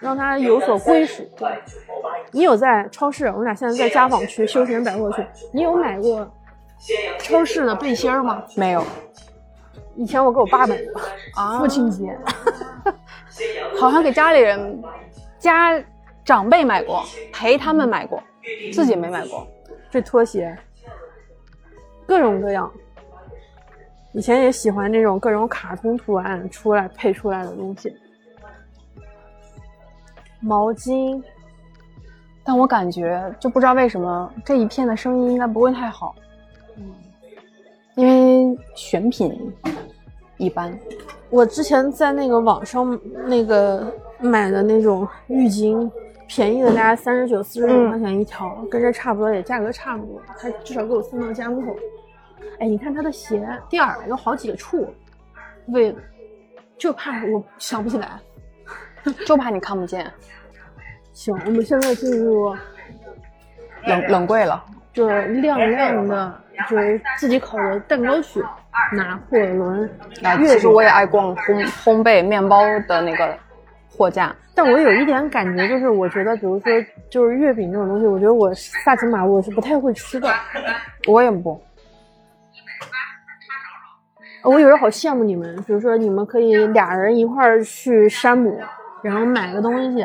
S2: 让它有所归属。对，你有在超市，我们俩现在在家纺区、休闲百货区，你有买过超市的背心儿吗？
S4: 没有
S2: 以前我给我爸买过，
S4: 啊
S2: 父亲节。
S4: 好像给家里人、家长辈买过，陪他们买过，自己没买过。
S2: 这拖鞋，各种各样。以前也喜欢那种各种卡通图案出来配出来的东西，毛巾，
S4: 但我感觉就不知道为什么这一片的声音应该不会太好，嗯，因为选品一般。
S2: 我之前在那个网上那个买的那种浴巾，便宜的大概三十九、四十
S4: 嗯
S2: 五块钱一条，跟这差不多，也价格差不多。他至少给我送到家门口。哎，你看他的鞋垫儿有好几个处，为就怕我想不起来。
S4: 就怕你看不见，
S2: 行，我们现在进入
S4: 冷冷柜了。
S2: 就是亮亮的，就是自己烤的蛋糕区，拿破仑
S4: 啊，
S2: 月
S4: 其实
S2: 饼
S4: 我也爱逛烘烘焙面包的那个货架，
S2: 但我有一点感觉，就是我觉得，比如说，就是月饼这种东西，我觉得我萨琪玛我是不太会吃的。
S4: 我也不
S2: 我有时候好羡慕你们，比如说你们可以俩人一块儿去山姆，然后买个东西，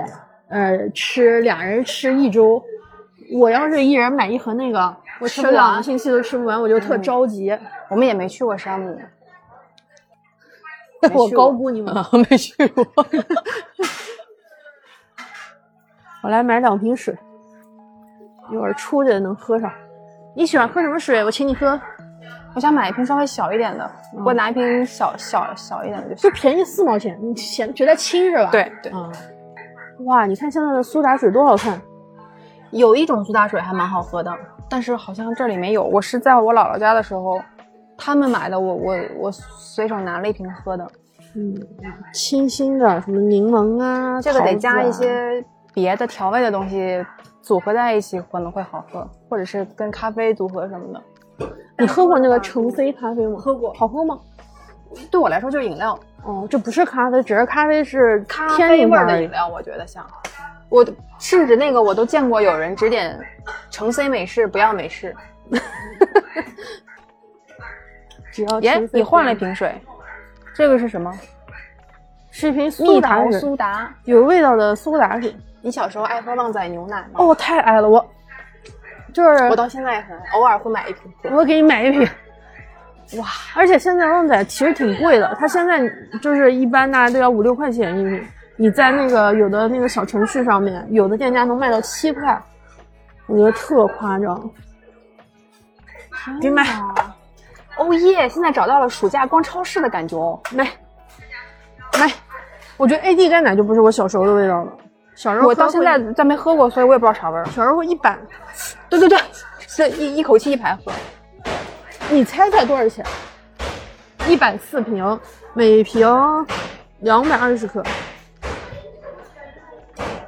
S2: 呃，吃俩人吃一周。我要是一人买一盒那个，我吃
S4: 吃不完嗯
S2: 两个星期都吃不完，我就特着急。
S4: 我们也没去过山姆，
S2: 但我
S4: 去过啊
S2: 高估你们，
S4: 没去过。
S2: 我来买两瓶水。一会儿出去能喝上。你喜欢喝什么水？我请你喝，
S4: 我想买一瓶稍微小一点的，给我拿一瓶小小小一点的嗯就行。
S2: 就便宜四毛钱，你嫌觉得轻是吧？
S4: 对嗯对，
S2: 啊、哇，你看现在的苏打水多好看，
S4: 有一种苏打水还蛮好喝的，但是好像这里没有。我是在我姥姥家的时候，他们买的我，我我随手拿了一瓶喝的。
S2: 嗯清新的什么柠檬啊，
S4: 这个
S2: 桃
S4: 得
S2: 子
S4: 加
S2: 啊
S4: 一些别的调味的东西组合在一起，可能会好喝，或者是跟咖啡组合什么的。
S2: 你喝过那个橙
S4: 啊
S2: C 咖啡吗？喝过，好喝吗？
S4: 对我来说就是饮料，
S2: 哦，这不是咖啡，只是咖啡是
S4: 咖
S2: 偏
S4: 啡
S2: 饮
S4: 味
S2: 料
S4: 儿
S2: 而
S4: 的
S2: 已
S4: 饮。料，我觉得像。我甚至那个我都见过有人只点橙 C 美式，不要美式。
S2: 只要
S4: 耶
S2: 橙，C
S4: 你换了一瓶水，这个是什么？
S2: 是一瓶苏
S4: 蜜
S2: 打
S4: 桃
S2: 水，
S4: 苏打。
S2: 有味道的苏打水。
S4: 你小时候爱喝旺仔牛奶吗？
S2: 哦，太爱了，我就是
S4: 我到现在也很偶尔会买一瓶喝。
S2: 我给你买一瓶。哇，而且现在旺仔其实挺贵的，它现在就是一般大家都要五六块钱一瓶，你在那个有的那个小程序上面，有的店家能卖到七块，我觉得特夸张。你买
S4: 哦耶！现在找到了暑假逛超市的感觉哦。
S2: 买买，哎我觉得 AD 钙奶就不是我小时候的味道了，小时候
S4: 我到
S2: 喝
S4: 现
S2: 会
S4: 在再没喝过，所以我也不知道啥味儿。
S2: 小时候会一百，
S4: 对对对，是一一口气一排喝，
S2: 你猜猜多少钱？一百四瓶，每瓶两百二十克。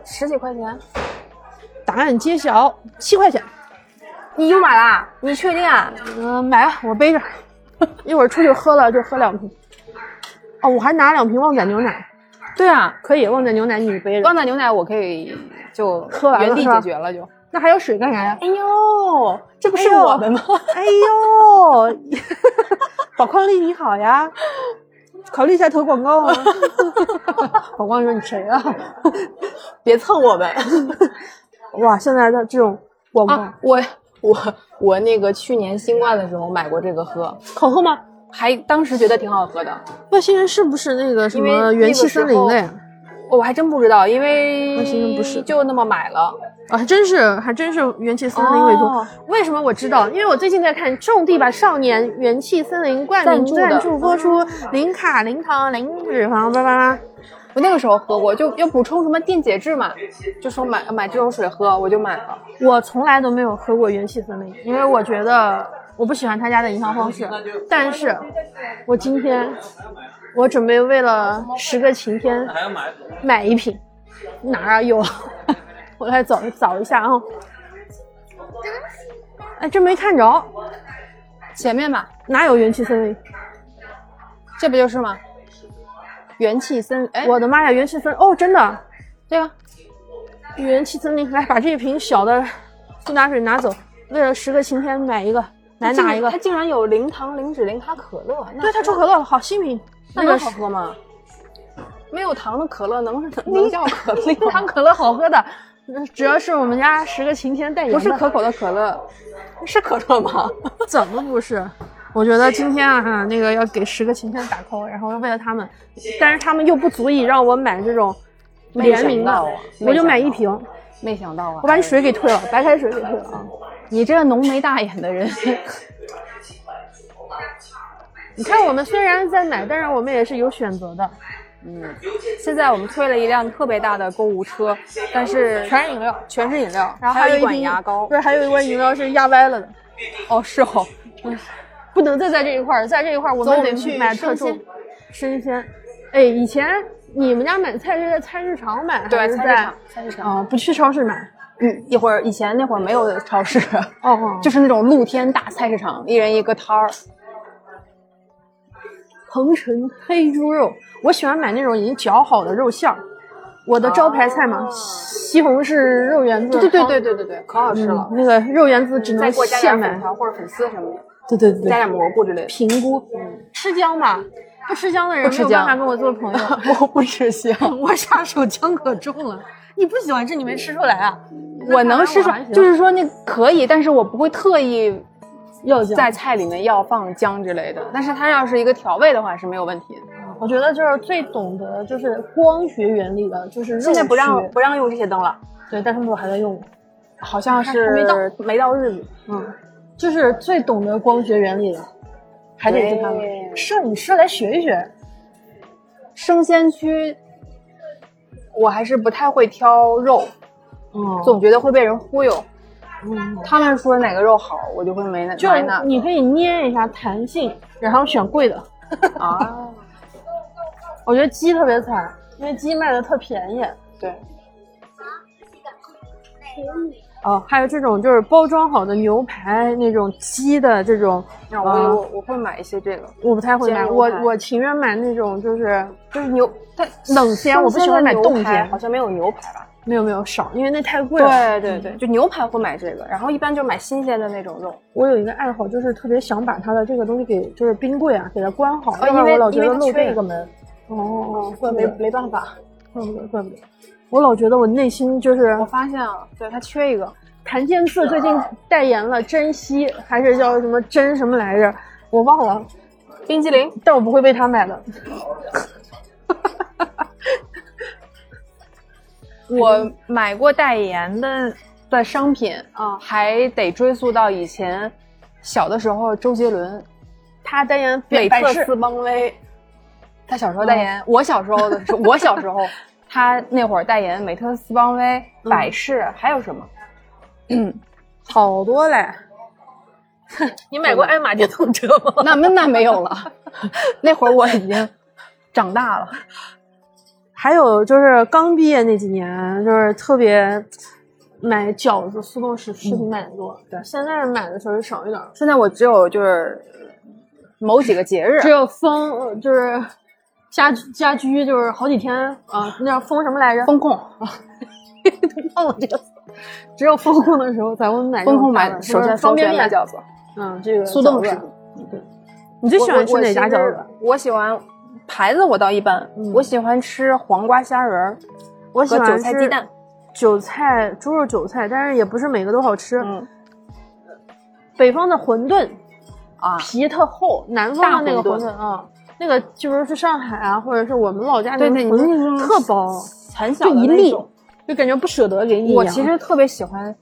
S4: 十几块钱。
S2: 答案揭晓，七块钱。
S4: 你又买啦？你确定啊？
S2: 嗯、买吧，我背着， 一会儿出去喝了就喝两瓶。哦，我还拿两瓶旺仔牛奶，
S4: 对啊，
S2: 可以，旺仔牛奶你背着
S4: 旺。仔牛奶我可以就
S2: 喝完了
S4: 原地
S2: 是吧
S4: 解决了就。
S2: 那还有水干啥呀？
S4: 哎呦，这不
S2: 哎
S4: 是
S2: 呦
S4: 我的吗？
S2: 哎呦， 宝矿力你好呀，考虑一下投广告啊。 宝矿力说你谁啊？
S4: 别蹭我 们
S2: 哇，现在的这种广告、
S4: 啊！我我我那个去年新冠的时候买过这个喝，
S2: 好喝吗？
S4: 还当时觉得挺好喝的。
S2: 外星人是不是那个什
S4: 因为那
S2: 么
S4: 个
S2: 元气森林啊的呀？
S4: 我还真不知道，因
S2: 那其实
S4: 为
S2: 不是
S4: 就那么买了。
S2: 啊，还真是，还真是元气森林委托。
S4: 哦
S2: 为什么我知道？因为我最近在看《种地吧少年》元气森林冠
S4: 赞
S2: 名
S4: 助的
S2: 赞助播出，零卡、零糖、零脂肪，叭叭叭。
S4: 我那个时候喝过，就要补充什么电解质嘛，就说买买这种水喝，我就买了。
S2: 我从来都没有喝过元气森林，因为我觉得我不喜欢他家的营销方式。但是，我今天我准备为了十个晴天买一瓶，哪儿啊有？ 我来找找一下啊。哎，真没看着，
S4: 前面吧，
S2: 哪有元气森林？
S4: 这不就是吗？元气森，哎，啊
S2: 我的妈呀，元气森哦，真的，
S4: 这个
S2: 元气森林，来把这一瓶小的苏打水拿走，为了十个晴天买一个，来
S4: 它竟
S2: 拿一个
S4: 它。竟然有零糖、零脂、零卡可乐，那
S2: 对，它出可乐了，好新品，
S4: 那
S2: 个
S4: 能
S2: 是
S4: 好喝吗？没有糖的可乐能能能叫可乐？
S2: 零糖可乐好喝的，只要是我们家十个晴天代言的，
S4: 不是可口的可乐， 是可乐吗？
S2: 怎么不是？我觉得今天啊，哈那个要给十个晴天打 call，然后为了他们，但是他们又不足以让我买这种
S4: 没
S2: 联
S4: 想
S2: 名
S4: 到
S2: 的
S4: 啊，
S2: 我就买
S4: 没想到
S2: 一瓶，
S4: 没想到啊！
S2: 我把你水给退了，白开水给退了啊！
S4: 你这浓眉大眼的人，
S2: 你看我们虽然在买，但是我们也是有选择的，
S4: 现在我们推了一辆特别大的购物车，但是
S2: 全是饮料。
S4: 全是饮料，
S2: 然后
S4: 还
S2: 有
S4: 一管
S2: 瓶
S4: 牙膏
S2: 不。是还有一罐饮料是压歪了的，
S4: 哦，是哦，
S2: 不能再在这一块儿，在这一块儿我
S4: 走
S2: 们
S4: 我
S2: 得
S4: 们去
S2: 买
S4: 生
S2: 特重
S4: 鲜
S2: 生鲜。哎，以前你们家买菜是在菜市场买，还
S4: 对，
S2: 是
S4: 菜市
S2: 在
S4: 场，菜市场。
S2: 啊、不去超市买。
S4: 嗯，一会儿以前那会儿没有超市，
S2: 哦哦，
S4: 就是那种露天大菜市场，一人一个摊儿。
S2: 鹏城黑猪肉，我喜欢买那种已经绞好的肉馅儿。我的招牌菜嘛，
S4: 哦
S2: 西红柿肉圆子。
S4: 对对对对对对，可好吃了
S2: 嗯。那个肉圆子只能
S4: 再给我加点
S2: 现
S4: 粉
S2: 买。
S4: 条或者粉丝什么的，
S2: 对对对
S4: 加
S2: 对，
S4: 点蘑菇之类的。
S2: 评估，吃姜吧，不吃姜的人
S4: 不
S2: 没
S4: 吃
S2: 有办法
S4: 姜
S2: 跟我做朋友。
S4: 我不吃香，
S2: 我下手姜可重了，你不喜欢吃，你没吃出来啊？
S4: 我能吃出，就
S2: 就是
S4: 说那可以，但是我不会特意
S2: 要姜
S4: 在菜里面要放姜之类的。但是它要是一个调味的话是没有问题的。
S2: 我觉得就是最懂得就是光学原理的，就是肉
S4: 现在不
S2: 学
S4: 让不让用这些灯了。
S2: 对，但他们说还在用。
S4: 好像是
S2: 还没到
S4: 没到日子，
S2: 就是最懂得光学原理的，还得是他们。
S4: 对
S2: 是，你是来学一学。
S4: 生鲜区，我还是不太会挑肉，
S2: 嗯，
S4: 总觉得会被人忽悠。
S2: 嗯
S4: 他们说哪个肉好，我就会买哪
S2: 就
S4: 买 哪
S2: 你可以捏一下弹性，然后选贵的。
S4: 啊。
S2: 我觉得鸡特别惨，因为鸡卖的特便宜。
S4: 对，
S2: 哦，还有这种就是包装好的牛排，那种鸡的这种，
S4: 那我
S2: 啊
S4: 我我会买一些这个，
S2: 我不太会
S4: 煎
S2: 买。
S4: 牛
S2: 我
S4: 排
S2: 我情愿买那种就是
S4: 就是牛，但
S2: 冷鲜，我不喜欢买冻鲜啊
S4: 好。像没有牛排吧？
S2: 没有没有少，因为那太贵了。
S4: 对对
S2: 嗯
S4: 对，就牛排会买这个，然后一般就买新鲜的那种肉，
S2: 我有一个爱好，就是特别想把它的这个东西给，就是冰柜啊，给它关好，
S4: 哦
S2: 要不然我
S4: 因为
S2: 老觉
S4: 因
S2: 得
S4: 为它
S2: 漏
S4: 缺
S2: 这
S4: 一
S2: 个
S4: 个
S2: 门。哦，怪不
S4: 没
S2: 得，
S4: 没办法。
S2: 怪不得，怪不得。我老觉得我啊内心就是
S4: 我发现了，对它缺一个，
S2: 檀健次最近代言了珍惜，还是叫什么珍什么来着，我忘了，
S4: 冰激凌
S2: 但我不会被他买的。
S4: 我买过代言的的商品
S2: 啊
S4: 还得追溯到以前小的时候，周杰伦、
S2: 他代言
S4: 美
S2: 百
S4: 特
S2: 事，
S4: 斯邦威，嗯他小时
S2: 嗯
S4: 候代言，我小时候的时候，我小 时候他那会儿代言美特斯邦威、
S2: 嗯
S4: 百事，还有什么？
S2: 好多嘞。你买过爱玛电动车吗？
S4: 那那那没有 了，那会儿我已经长大了。
S2: 还有就是刚毕业那几年，就是特别买饺子、速冻食食品买的多，嗯对，现在买的时候少一点儿。
S4: 现在我只有就是某几个节日
S2: 只，有封呃就是家居家居就是好几天啊，那叫封什么来着？
S4: 风控
S2: 忘了这个词。只有封控的时候才会买这种
S4: 风控
S2: 饺
S4: 买，
S2: 子
S4: 首
S2: 就是
S4: 先
S2: 方便
S4: 首
S2: 面
S4: 选买饺子，
S2: 嗯，这个
S4: 速冻食
S2: 饺
S4: 品
S2: 子。。你最喜欢吃哪家饺子？？啊
S4: 我我其实我喜欢牌子，我倒一般，
S2: 嗯
S4: 我喜欢吃黄瓜虾仁儿
S2: 我
S4: 和
S2: 喜欢
S4: 韭菜
S2: 吃
S4: 鸡蛋。
S2: 韭菜猪肉韭菜，但是也不是每个都好吃。
S4: 嗯
S2: 北方的馄饨
S4: 啊，
S2: 皮特厚，南方的那个
S4: 大
S2: 馄
S4: 馄
S2: 饨
S4: 饨
S2: 啊，那个就是去上海啊，或者是我们老家那
S4: 对
S2: 个
S4: 对
S2: 馄
S4: 你那
S2: 饨
S4: 种
S2: 特薄，
S4: 很小
S2: 就
S4: 的
S2: 一
S4: 那
S2: 粒
S4: 种，
S2: 就感觉不舍得给你一样。
S4: 我其实特别喜欢，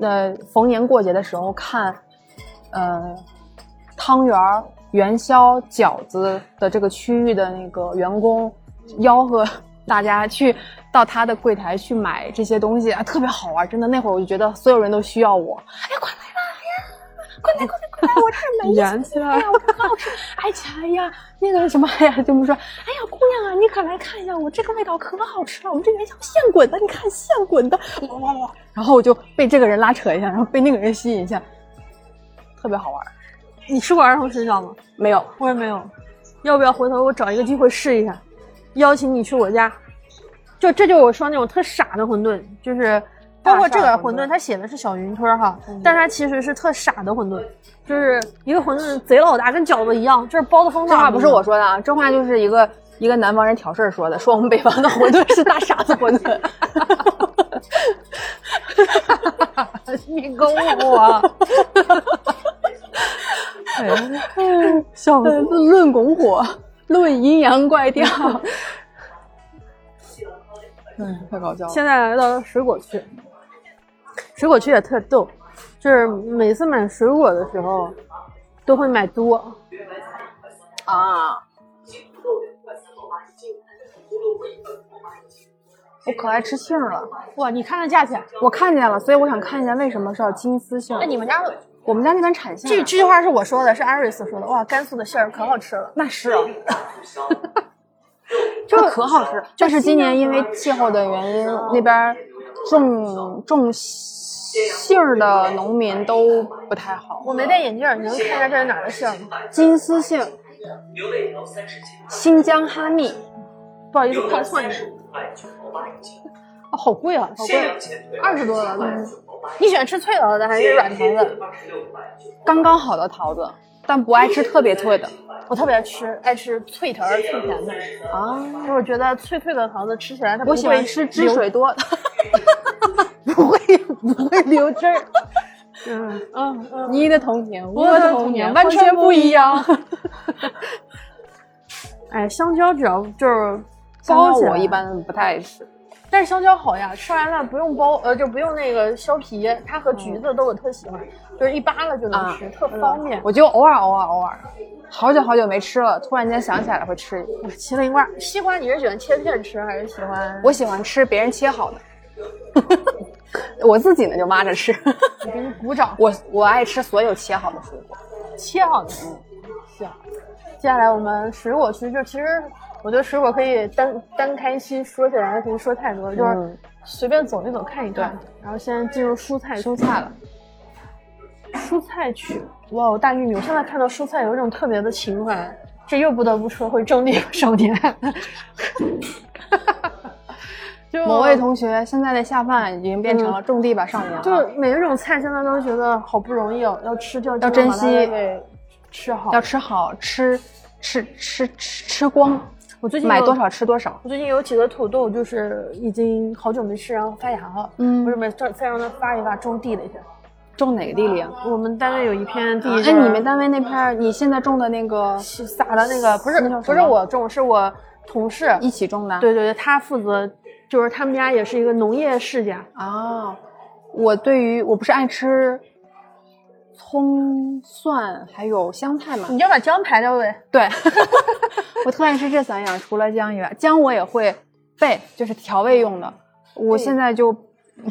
S4: 呃，逢年过节的时候看，呃，汤圆儿、元宵、饺子的这个区域的那个员工吆喝大家去到他的柜台去买这些东西啊，特别好玩，真的。那会儿我就觉得所有人都需要我，哎，快来啦！快来快来快来！我这儿买一
S2: 燃起来
S4: 哎呀，我这好吃！哎呀哎呀，那个什么 哎呀，就么说，哎呀，姑娘啊，你可来看一下，我这个味道可好吃了，我们这元宵现滚的，你看现滚的，哇哇哇！然后我就被这个人拉扯一下，然后被那个人吸引一下，特别好玩。
S2: 你吃过儿童水饺吗？
S4: 没有，
S2: 我也没有，要不要回头我找一个机会试一下，邀请你去我家？就这就是我说那种特傻的馄饨，就是包括这个
S4: 大傻
S2: 馄
S4: 馄饨
S2: 饨，它写的是小云吞儿哈，但是它其实是特傻的馄饨，就是一个馄饨贼老大，跟饺子一样，就是包的方
S4: 这
S2: 法
S4: 话不是我说的啊，这话就是一个一个南方人挑事儿说的，说我们北方的馄饨是大傻子馄 饨。
S2: 你勾
S4: 啊
S2: 我， 笑死！
S4: 哎论拱火，论阴阳怪 调。嗯，太搞笑了。
S2: 现在来到水果区，水果区也特逗，就是每次买水果的时候都会买多，
S4: 啊！
S2: 哎
S4: 我可爱吃杏儿了，
S2: 哇，你看看价钱，
S4: 我看见了，所以我想看一下为什么是要金丝杏儿。
S2: 那你们家的
S4: 我们家那边产杏儿，
S2: 这这句话是我说的，是 Iris 说的。哇，甘肃的杏儿可好吃了。
S4: 那是啊，这可好吃。但是今年因为气候的原因，那边儿种种杏儿的农民都不太好。
S2: 我没戴眼镜儿，你能看一下这是哪儿的杏儿吗？
S4: 金丝杏、
S6: 牛尾条三十斤，
S4: 新疆哈密，
S2: 不好意思
S6: 牛，
S2: 看
S6: 肉
S2: 错你
S6: 三
S2: 了
S6: 十五块九毛八一斤，
S2: 哦，好贵啊，好
S6: 鲜
S2: 贵
S6: 羊！前腿
S2: 二十多了
S6: 块九毛八一斤，
S2: 你喜欢吃脆桃的还是软桃
S6: 鲜羊
S2: 的？
S6: 腿二十六块九，
S4: 刚刚好的桃子，但不爱吃特别脆的
S2: 我特别爱吃，爱吃脆桃儿、脆甜的，
S4: 啊。
S2: 因为我觉得脆脆的桃子吃起来它不
S4: 我
S2: 会
S4: 喜欢吃汁
S2: 流
S4: 水多的，
S2: 不会 不会流汁儿。 嗯嗯嗯，
S4: 你的童年，
S2: 我的童年完全不一
S4: 样。
S2: 哎，香蕉只要就是
S4: 包
S2: 包起来，
S4: 我一般不太爱吃，
S2: 但是香蕉好呀，吃完了不用剥，呃，就不用那个削皮。它和橘子都我特喜欢，就是一扒拉就能吃，特方便。
S4: 嗯我就偶尔偶尔偶尔，好久好久没吃了，突然间想起来了会吃一个。
S2: 我麒麟瓜，西瓜你是喜欢切片吃还是喜欢？
S4: 我喜欢吃别人切好的， 我自己呢就挖着吃。
S2: 我给你鼓掌，
S4: 我我爱吃所有切好的水果。
S2: 切好的。行，接下来我们水果区，就其实我觉得水果可以单单开期说起来，可以说太多了，就是
S4: 嗯
S2: 随便走一走看一看。然后现在进入蔬菜蔬菜了，蔬菜区，哇，大玉米，我现在看到蔬菜有一种特别的情怀，这又不得不说回正定少年。就
S4: 某位同学现在的下饭已经变成了种地吧少年了，
S2: 就是每一种菜，现在都觉得好不容易哦，要吃就要
S4: 要珍惜
S2: 尽量把它给吃好。
S4: 要吃好吃吃吃吃吃光，
S2: 我最近
S4: 买
S2: 有
S4: 多少吃多少。
S2: 我最近有几个土豆，就是已经好久没吃，然后发芽了。
S4: 嗯
S2: 不是没再再让它发一发，种地了一下。
S4: 种哪个地里啊？
S2: 我们单位有一片地，
S4: 哎，你们单位那片儿，你现在种的那个
S2: 撒的那个嗯不是
S4: 那叫什
S2: 不是
S4: 么嗯
S2: 我种，是我同事。
S4: 一起种的？
S2: 对对对，他负责，就是他们家也是一个农业世家。
S4: 啊，我对于我不是爱吃葱蒜还有香菜嘛，
S2: 你就把姜排掉呗。
S4: 对， 我特爱吃这三样，除了姜以外，姜我也会备，就是调味用的。我现在就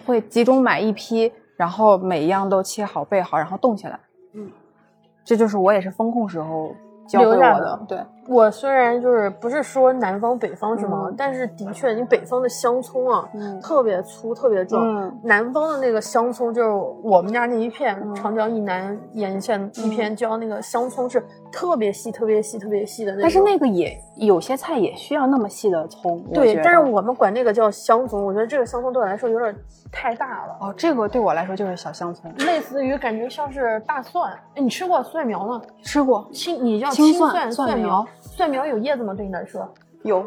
S4: 会集中买一批，然后每一样都切好备好，然后冻起来。
S2: 嗯，
S4: 这就是我也是风控时候教会我
S2: 留下
S4: 的
S2: 的。
S4: 对，
S2: 我虽然就是不是说南方北方什么，
S4: 嗯
S2: 但是的确，你北方的香葱啊，
S4: 嗯
S2: 特别粗，特别壮。
S4: 嗯
S2: 南方的那个香葱，就是我们家那一片、长江以南沿
S4: 嗯
S2: 线一片叫那个香葱是特别细、特别细、特别细的那种。
S4: 但是那个也有些菜也需要那么细的葱。我
S2: 对
S4: 觉，
S2: 但是
S4: 得
S2: 我们管那个叫香葱，我觉得这个香葱对我来说有点太大了，
S4: 哦，这个对我来说就是小香葱，
S2: 类似于感觉像是大蒜。哎，你吃过蒜苗吗？
S4: 吃过
S2: 青，你叫
S4: 青蒜
S2: 蒜
S4: 蒜
S2: 蒜
S4: 苗
S2: 苗，蒜苗有叶子吗？对你来说？
S4: 有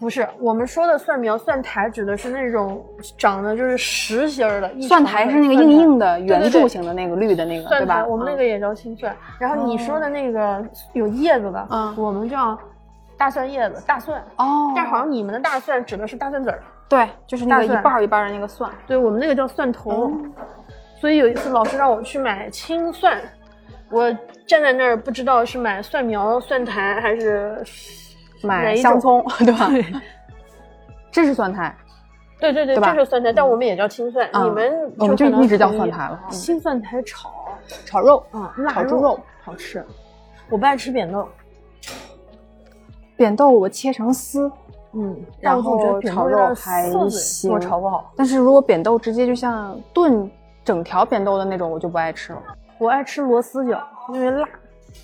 S2: 不是，我们说的蒜苗、蒜苔指的是那种长得就是实心儿的，一
S4: 蒜
S2: 长
S4: 苔
S2: 的
S4: 是那个
S2: 蒜
S4: 硬
S2: 苔
S4: 硬的圆
S2: 对
S4: 柱
S2: 对
S4: 形的那个绿的那个，对
S2: 蒜
S4: 吧？
S2: 苔，我们那
S4: 嗯哦
S2: 个也叫青蒜。然后你说的那个有叶子的，
S4: 嗯
S2: 我们叫大蒜叶子、大蒜。
S4: 哦，
S2: 但好像你们的大蒜指的是大蒜籽儿，
S4: 对，就是那
S2: 大
S4: 个一
S2: 蒜
S4: 半儿一半儿的那个蒜。
S2: 对我们那个叫蒜
S4: 哦
S2: 头。所以有一次老师让我去买青蒜，我站在那儿不知道是买蒜苗、蒜苔还是哪
S4: 买
S2: 一
S4: 香
S2: 种
S4: 葱， 对吧？这是蒜苔，
S2: 对对对，
S4: 对吧
S2: 这就是蒜苔，但我们也叫青蒜。
S4: 嗯
S2: 你们
S4: 我们就
S2: 可能
S4: 一直叫
S2: 属于
S4: 蒜苔了嗯
S2: 青蒜苔炒
S4: 炒肉，
S2: 啊，
S4: 炒
S2: 腊
S4: 猪肉
S2: 好吃。我不爱吃扁豆，
S4: 扁豆我切成丝，
S2: 嗯，
S4: 然
S2: 但我总觉
S4: 后
S2: 得扁
S4: 炒
S2: 豆有
S4: 肉
S2: 点
S4: 还
S2: 涩嘴
S4: 行，
S2: 我炒不好。。
S4: 但是如果扁豆直接就像炖整条扁豆的那种，我就不爱吃了。
S2: 我爱吃螺丝饺，因为辣。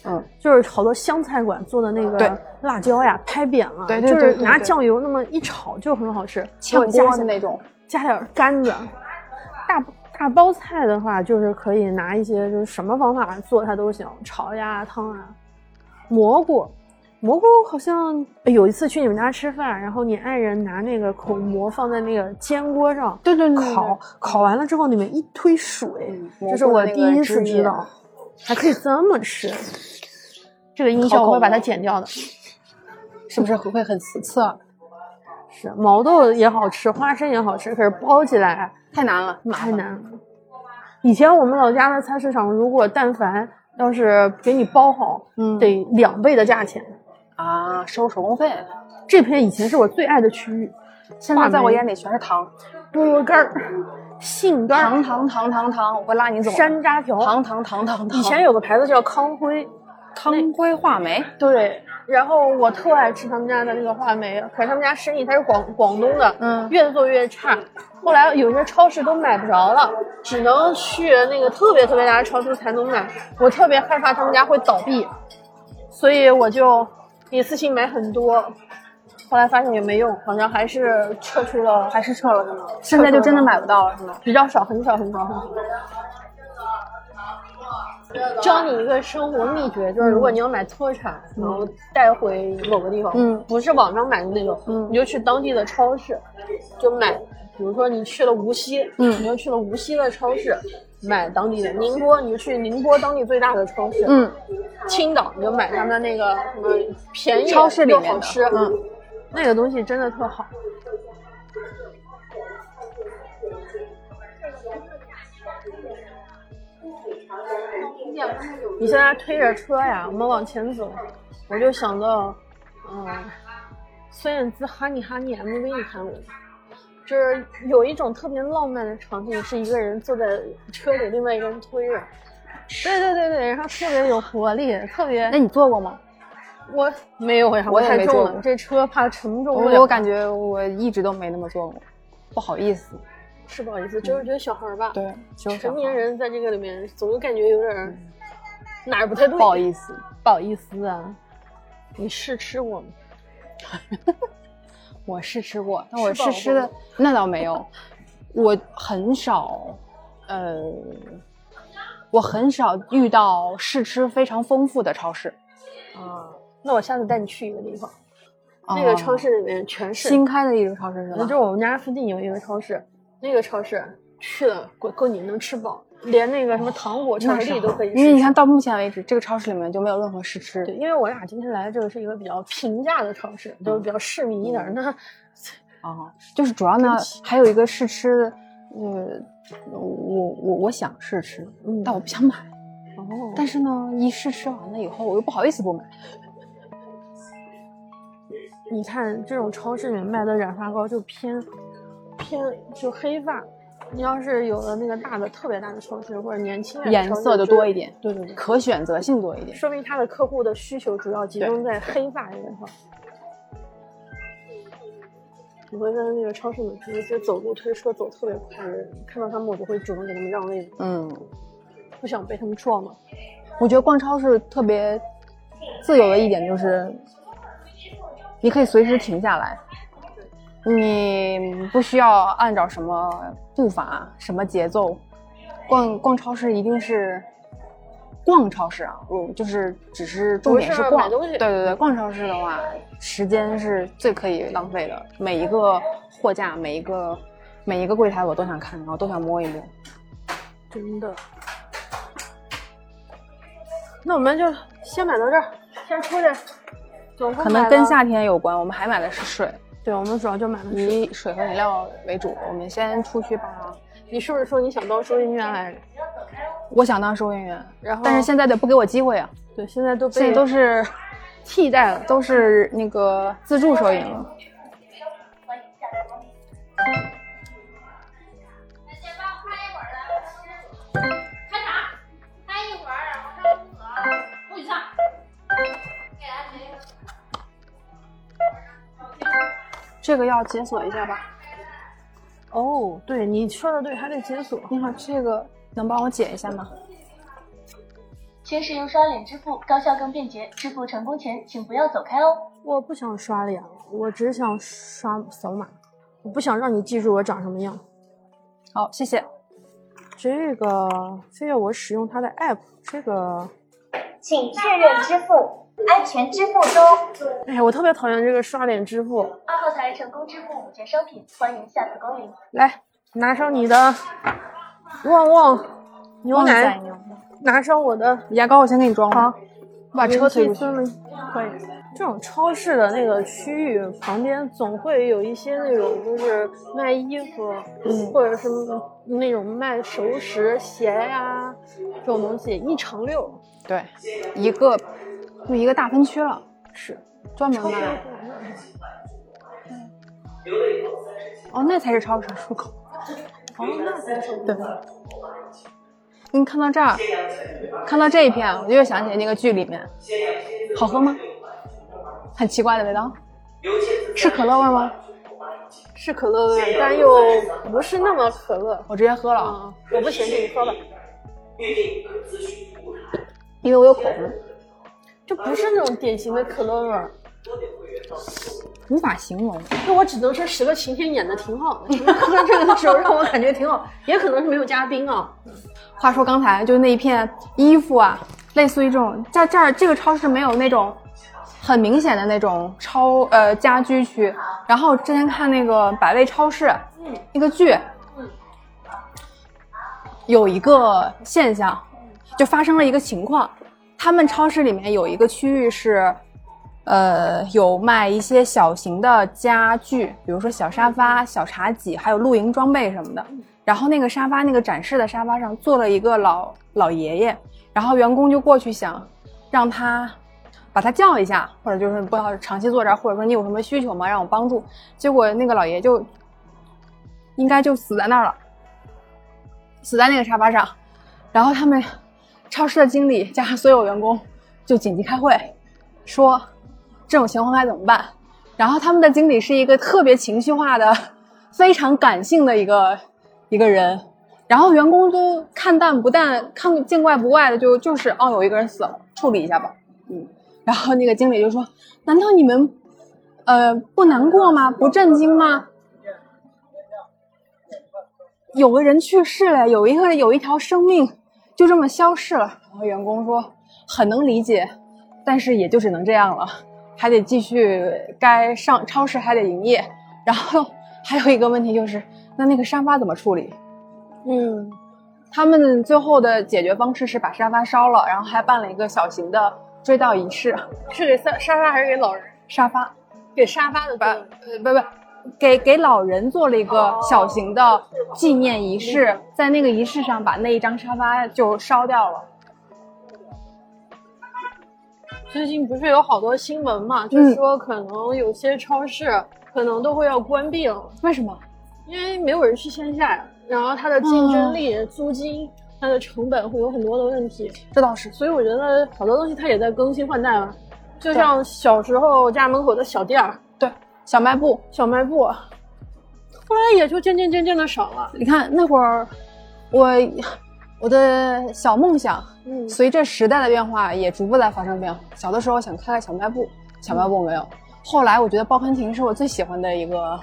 S4: 嗯，
S2: 就是好多湘菜馆做的那
S4: 对
S2: 个辣椒呀，拍扁了，
S4: 对对
S2: 就
S4: 对
S2: 是
S4: 对
S2: 拿
S4: 对
S2: 酱油那么一炒就很好吃。
S4: 炝
S2: 我加
S4: 锅
S2: 一
S4: 的
S2: 下
S4: 那种，
S2: 加点干子。大大包菜的话，就是可以拿一些就是什么方法做它都行，炒呀、汤啊。蘑菇，蘑菇好像哎有一次去你们家吃饭，然后你爱人拿那个口蘑放在那个煎锅上
S4: 对对对
S2: 烤，烤完了之后里面一推水，
S4: 蘑
S2: 这是
S4: 菇的
S2: 我
S4: 那
S2: 第
S4: 个
S2: 一
S4: 汁
S2: 次
S4: 液
S2: 知道，还可以这么吃。这个音
S4: 烤
S2: 效我
S4: 狗
S2: 会把它
S4: 吗
S2: 剪掉的。
S4: 是不是会很刺啊刺耳？
S2: 是毛豆也好吃，花生也好吃，可是包起来
S4: 太难了，麻
S2: 太
S4: 烦。
S2: 难了。以前我们老家的菜市场，如果但凡要是给你包好，
S4: 嗯
S2: 得两倍的价钱。
S4: 啊，收手工费。
S2: 这片以前是我最爱的区域，
S4: 现在在我
S2: 话梅
S4: 眼里全是糖，
S2: 菠萝干儿、杏干
S4: 糖糖
S2: 儿、
S4: 糖糖糖，我会拉你走的。
S2: 山楂条。
S4: 糖糖糖糖糖。
S2: 以前有个牌子叫康辉，
S4: 康辉话梅，
S2: 对，然后我特爱吃他们家的那个话梅，可是他们家生意他是广广东的，
S4: 嗯
S2: 越做越差。后来有些超市都买不着了，只能去那个特别特别大的超市才能买。我特别害怕他们家会倒闭，所以我就一次性买很多。后来发现也没用，好像还是撤出了，还
S4: 还是撤了是吗？现在就真的买不到了是吗？
S2: 比较少，很少，很少，很少。教你一个生活秘诀，就是如果你要买特产，然后带回某个地方，
S4: 嗯，
S2: 不是网上买的那种，
S4: 嗯
S2: 你就去当地的超市，就买。比如说你去了无锡，
S4: 嗯
S2: 你就去了无锡的超市买当地的；宁波，你就去宁波当地最大的超市，，
S4: 嗯，
S2: 青岛你就买他们的那个什么便宜
S4: 超市里
S2: 又
S4: 面
S2: 好
S4: 的
S2: 吃，
S4: 嗯，
S2: 那个东西真的特好。你现在推着车呀，我们往前走，我就想到，嗯，孙燕姿《哈尼哈尼》MV 你看过吗？就是有一种特别浪漫的场景，是一个人坐在车里，另外一个人推着。对对对对，然后特别有活力，特别
S4: 那你坐过吗？
S2: 我没有呀，
S4: 我也
S2: 太
S4: 没
S2: 重
S4: 坐
S2: 了，
S4: 过
S2: 这车怕承重不了。
S4: 我我感觉我一直都没那么做过，不好意思。
S2: 是不好意思，就是觉得小孩儿吧，
S4: 对，只有
S2: 成
S4: 小
S2: 年
S4: 孩
S2: 人在这个里面总感觉有点儿哪儿不太对，
S4: 不好意思，
S2: 不好意思啊。你试吃过吗？
S4: 我是吃过，但我
S2: 吃
S4: 是
S2: 饱
S4: 吃
S2: 过
S4: 的那倒没有，我很少，呃，我很少遇到试吃非常丰富的超市。
S2: 啊，那我下次带你去一个地方，那个
S4: 啊
S2: 超市里面全是。
S4: 新开的一种超市是
S2: 就
S4: 吧
S2: 是？我们家附近有一个超市，那个超市去了够够你能吃饱，连哦那个什么糖果、巧克力都可以试吃。
S4: 因为你看到目前为止，这个超市里面就没有任何试吃。
S2: 对，因为我俩今天来的这个是一个比较平价的超市，就是比较市民一点儿。那
S4: 啊，就是主要呢，还有一个试吃，呃，我我我想试吃，
S2: 嗯
S4: 但我不想买。
S2: 哦
S4: 但是呢，一试吃完了以后，我又不好意思不买。
S2: 你看这种超市里面卖的染发膏就偏偏就黑发，你要是有了那个大的特别大的超市或者年轻人的
S4: 颜
S2: 超市
S4: 色的
S2: 就
S4: 多一点，
S2: 对对对，
S4: 可选择性多一点。
S2: 说明他的客户的需求主要集中在黑发人上。你会在那个超市里，可能就走路推车走特别快的人，看到他们我就会主动给他们让位，
S4: 嗯，
S2: 不想被他们撞嘛。
S4: 我觉得逛超市特别自由的一点就是，你可以随时停下来，你不需要按照什么步伐、什么节奏。逛逛超市一定是逛超市啊，嗯，就是只是重点
S2: 不是买
S4: 逛。
S2: 东西
S4: 对对对，逛超市的话，时间是最可以浪费的。每一个货架，每一个每一个柜台，我都想看，然后都想摸一摸。
S2: 真的。那我们就先买到这儿，先出去。总共
S4: 可能
S2: 买
S4: 跟
S2: 了
S4: 夏天有关，我们还买的是水。
S2: 对，我们主要就买了水。
S4: 以水和饮料为主，我们先出去吧。
S2: 你是不是说你想当收银员来着？
S4: 我想当收银员，
S2: 然后
S4: 但是现在得不给我机会啊，
S2: 哦对，现在都被
S4: 现在都是
S2: 替代了。
S4: 都是那个自助收银了。
S7: 先帮我看一会儿来。看啥？看一会儿，我上厕所啊。我去上。给俺没个。
S4: 这个要解锁一下吧。
S2: 哦，对，你说的对，还得解锁。
S4: 你好，这个能帮我解一下吗？
S8: 全使用刷脸支付，高效更便捷。支付成功前，请不要走开哦。
S2: 我不想刷脸了，我只想刷扫码，我不想让你记住我长什么样。
S4: 好，谢谢。
S2: 这个非要我使用它的 app，这个，
S8: 请确认支付，安全支付中。
S2: 哎呀，我特别讨厌这个刷脸支付。
S8: 二后台成功支付五件商品，欢迎下次光临。
S2: 来，拿上你的旺旺牛奶，拿上我的
S4: 牙膏我先给你装了。
S2: 好，
S4: 我把车推出去。
S2: 可以。这种超市的那个区域旁边总会有一些那种就是卖衣服，
S4: 嗯
S2: 或者是那种卖熟食、鞋呀、这种东西，一长溜。
S4: 对，一个就一个大分区了，
S2: 是，
S4: 专门卖。哦，那才是超市出口。
S2: 哦，那才是
S4: 对。你看到这儿，看到这一片，我就又想起那个剧里面，好喝吗？很奇怪的味道，是可乐味吗？
S2: 是可乐味，但又不是那么可乐。
S4: 我直接喝了，啊，
S2: 啊，我不嫌弃你喝吧，
S4: 因为我有口红，
S2: 就不是那种典型的可乐味儿。
S4: 无法形容。
S2: 那我只能说，十个晴天演的挺好的，喝这个的时候 让我感觉挺好，也可能是没有嘉宾啊。
S4: 话说刚才就是那一片衣服啊，类似于这种，在这儿这个超市没有那种很明显的那种超呃家居区。然后之前看那个《百味超市》那个剧，有一个现象，就发生了一个情况，他们超市里面有一个区域是呃，有卖一些小型的家具，比如说小沙发、小茶几，还有露营装备什么的。然后那个沙发，那个展示的沙发上坐了一个老老爷爷，然后员工就过去想让他把他叫一下，或者就是不要长期坐这儿，或者说你有什么需求吗？让我帮助。结果那个老爷就应该就死在那儿了，死在那个沙发上。然后他们超市的经理加上所有员工就紧急开会，说这种情况该怎么办。然后他们的经理是一个特别情绪化的、非常感性的一个一个人，然后员工都看淡不淡、看见怪不怪的就，就是哦，有一个人死了，处理一下吧，嗯。然后那个经理就说：“难道你们呃不难过吗？不震惊吗？”有个人去世了，有一个有一条生命就这么消逝了。然后员工说很能理解，但是也就只能这样了，还得继续该上超市还得营业。然后 还有一个问题就是，那那个沙发怎么处理？嗯，他们最后的解决方式是把沙发烧了，然后还办了一个小型的追悼仪式。
S2: 是给沙沙发还是给老人？
S4: 沙发
S2: 给沙发的
S4: 把
S2: 吧？
S4: 呃不不。给给老人做了一
S2: 哦
S4: 个小型的纪念仪式，在那个仪式上把那一张沙发就烧掉了。
S2: 最近不是有好多新闻嘛，就是说可能有些超市可能都会要关闭了，
S4: 为什么？
S2: 因为没有人去线下，然后它的竞争力、租金、它的成本会有很多的问题。
S4: 这倒是，
S2: 所以我觉得好多东西它也在更新换代嘛，就像小时候家门口的小店儿、
S4: 小卖部，
S2: 小卖部，后来也就渐渐渐渐的少了。
S4: 你看那会儿，我我的小梦想，
S2: 嗯
S4: 随着时代的变化也逐步在发生变化。小的时候想开个小卖部，小卖部没有。后来我觉得报刊亭是我最喜欢的一 个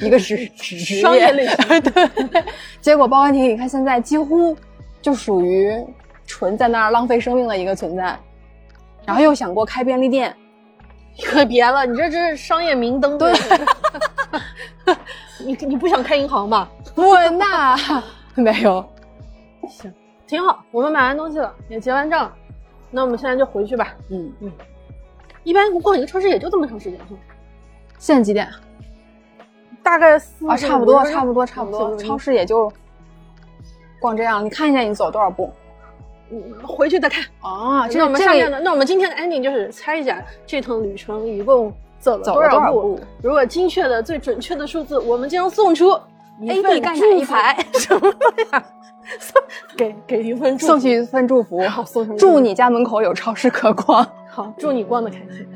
S4: 一个职职职业
S2: 商业类
S4: 对，结果报刊亭，你看现在几乎就属于纯在那儿浪费生命的一个存在。然后又想过开便利店，
S2: 可别了，你这真是商业明灯。对， 你你不想开银行吧？
S4: 我那没有。
S2: 挺好，我们买完东西了，也结完账了，那我们现在就回去吧。
S4: 嗯，
S2: 一般逛一个超市也就这么长时间，
S4: 现在几点？
S2: 大概四
S4: 啊，差不多，差
S2: 多。
S4: 不多，差不
S2: 四
S4: 多。
S2: 十分
S4: 嗯
S2: 钟
S4: 超市也就逛这样，你看一下你走多少步
S2: 嗯，回去再看。
S4: 啊？这
S2: 那我们
S4: 这
S2: 下
S4: 个
S2: 面的，那我们今天的 ending 就是猜一下这趟旅程一共走了
S4: 走了
S2: 少
S4: 多少
S2: 步。如果精确的、最准确的数字，我们将送出
S4: A B
S2: 一份
S4: 干啥
S2: 祝
S4: 一
S2: 福
S4: 排
S2: 什么呀？送给给一份祝福
S4: 送去一份祝福，
S2: 好送什么
S4: 祝你家门口有超市可逛。
S2: 好，祝你逛的开心。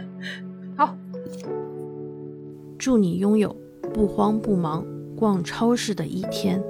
S1: 祝你拥有不慌不忙逛超市的一天。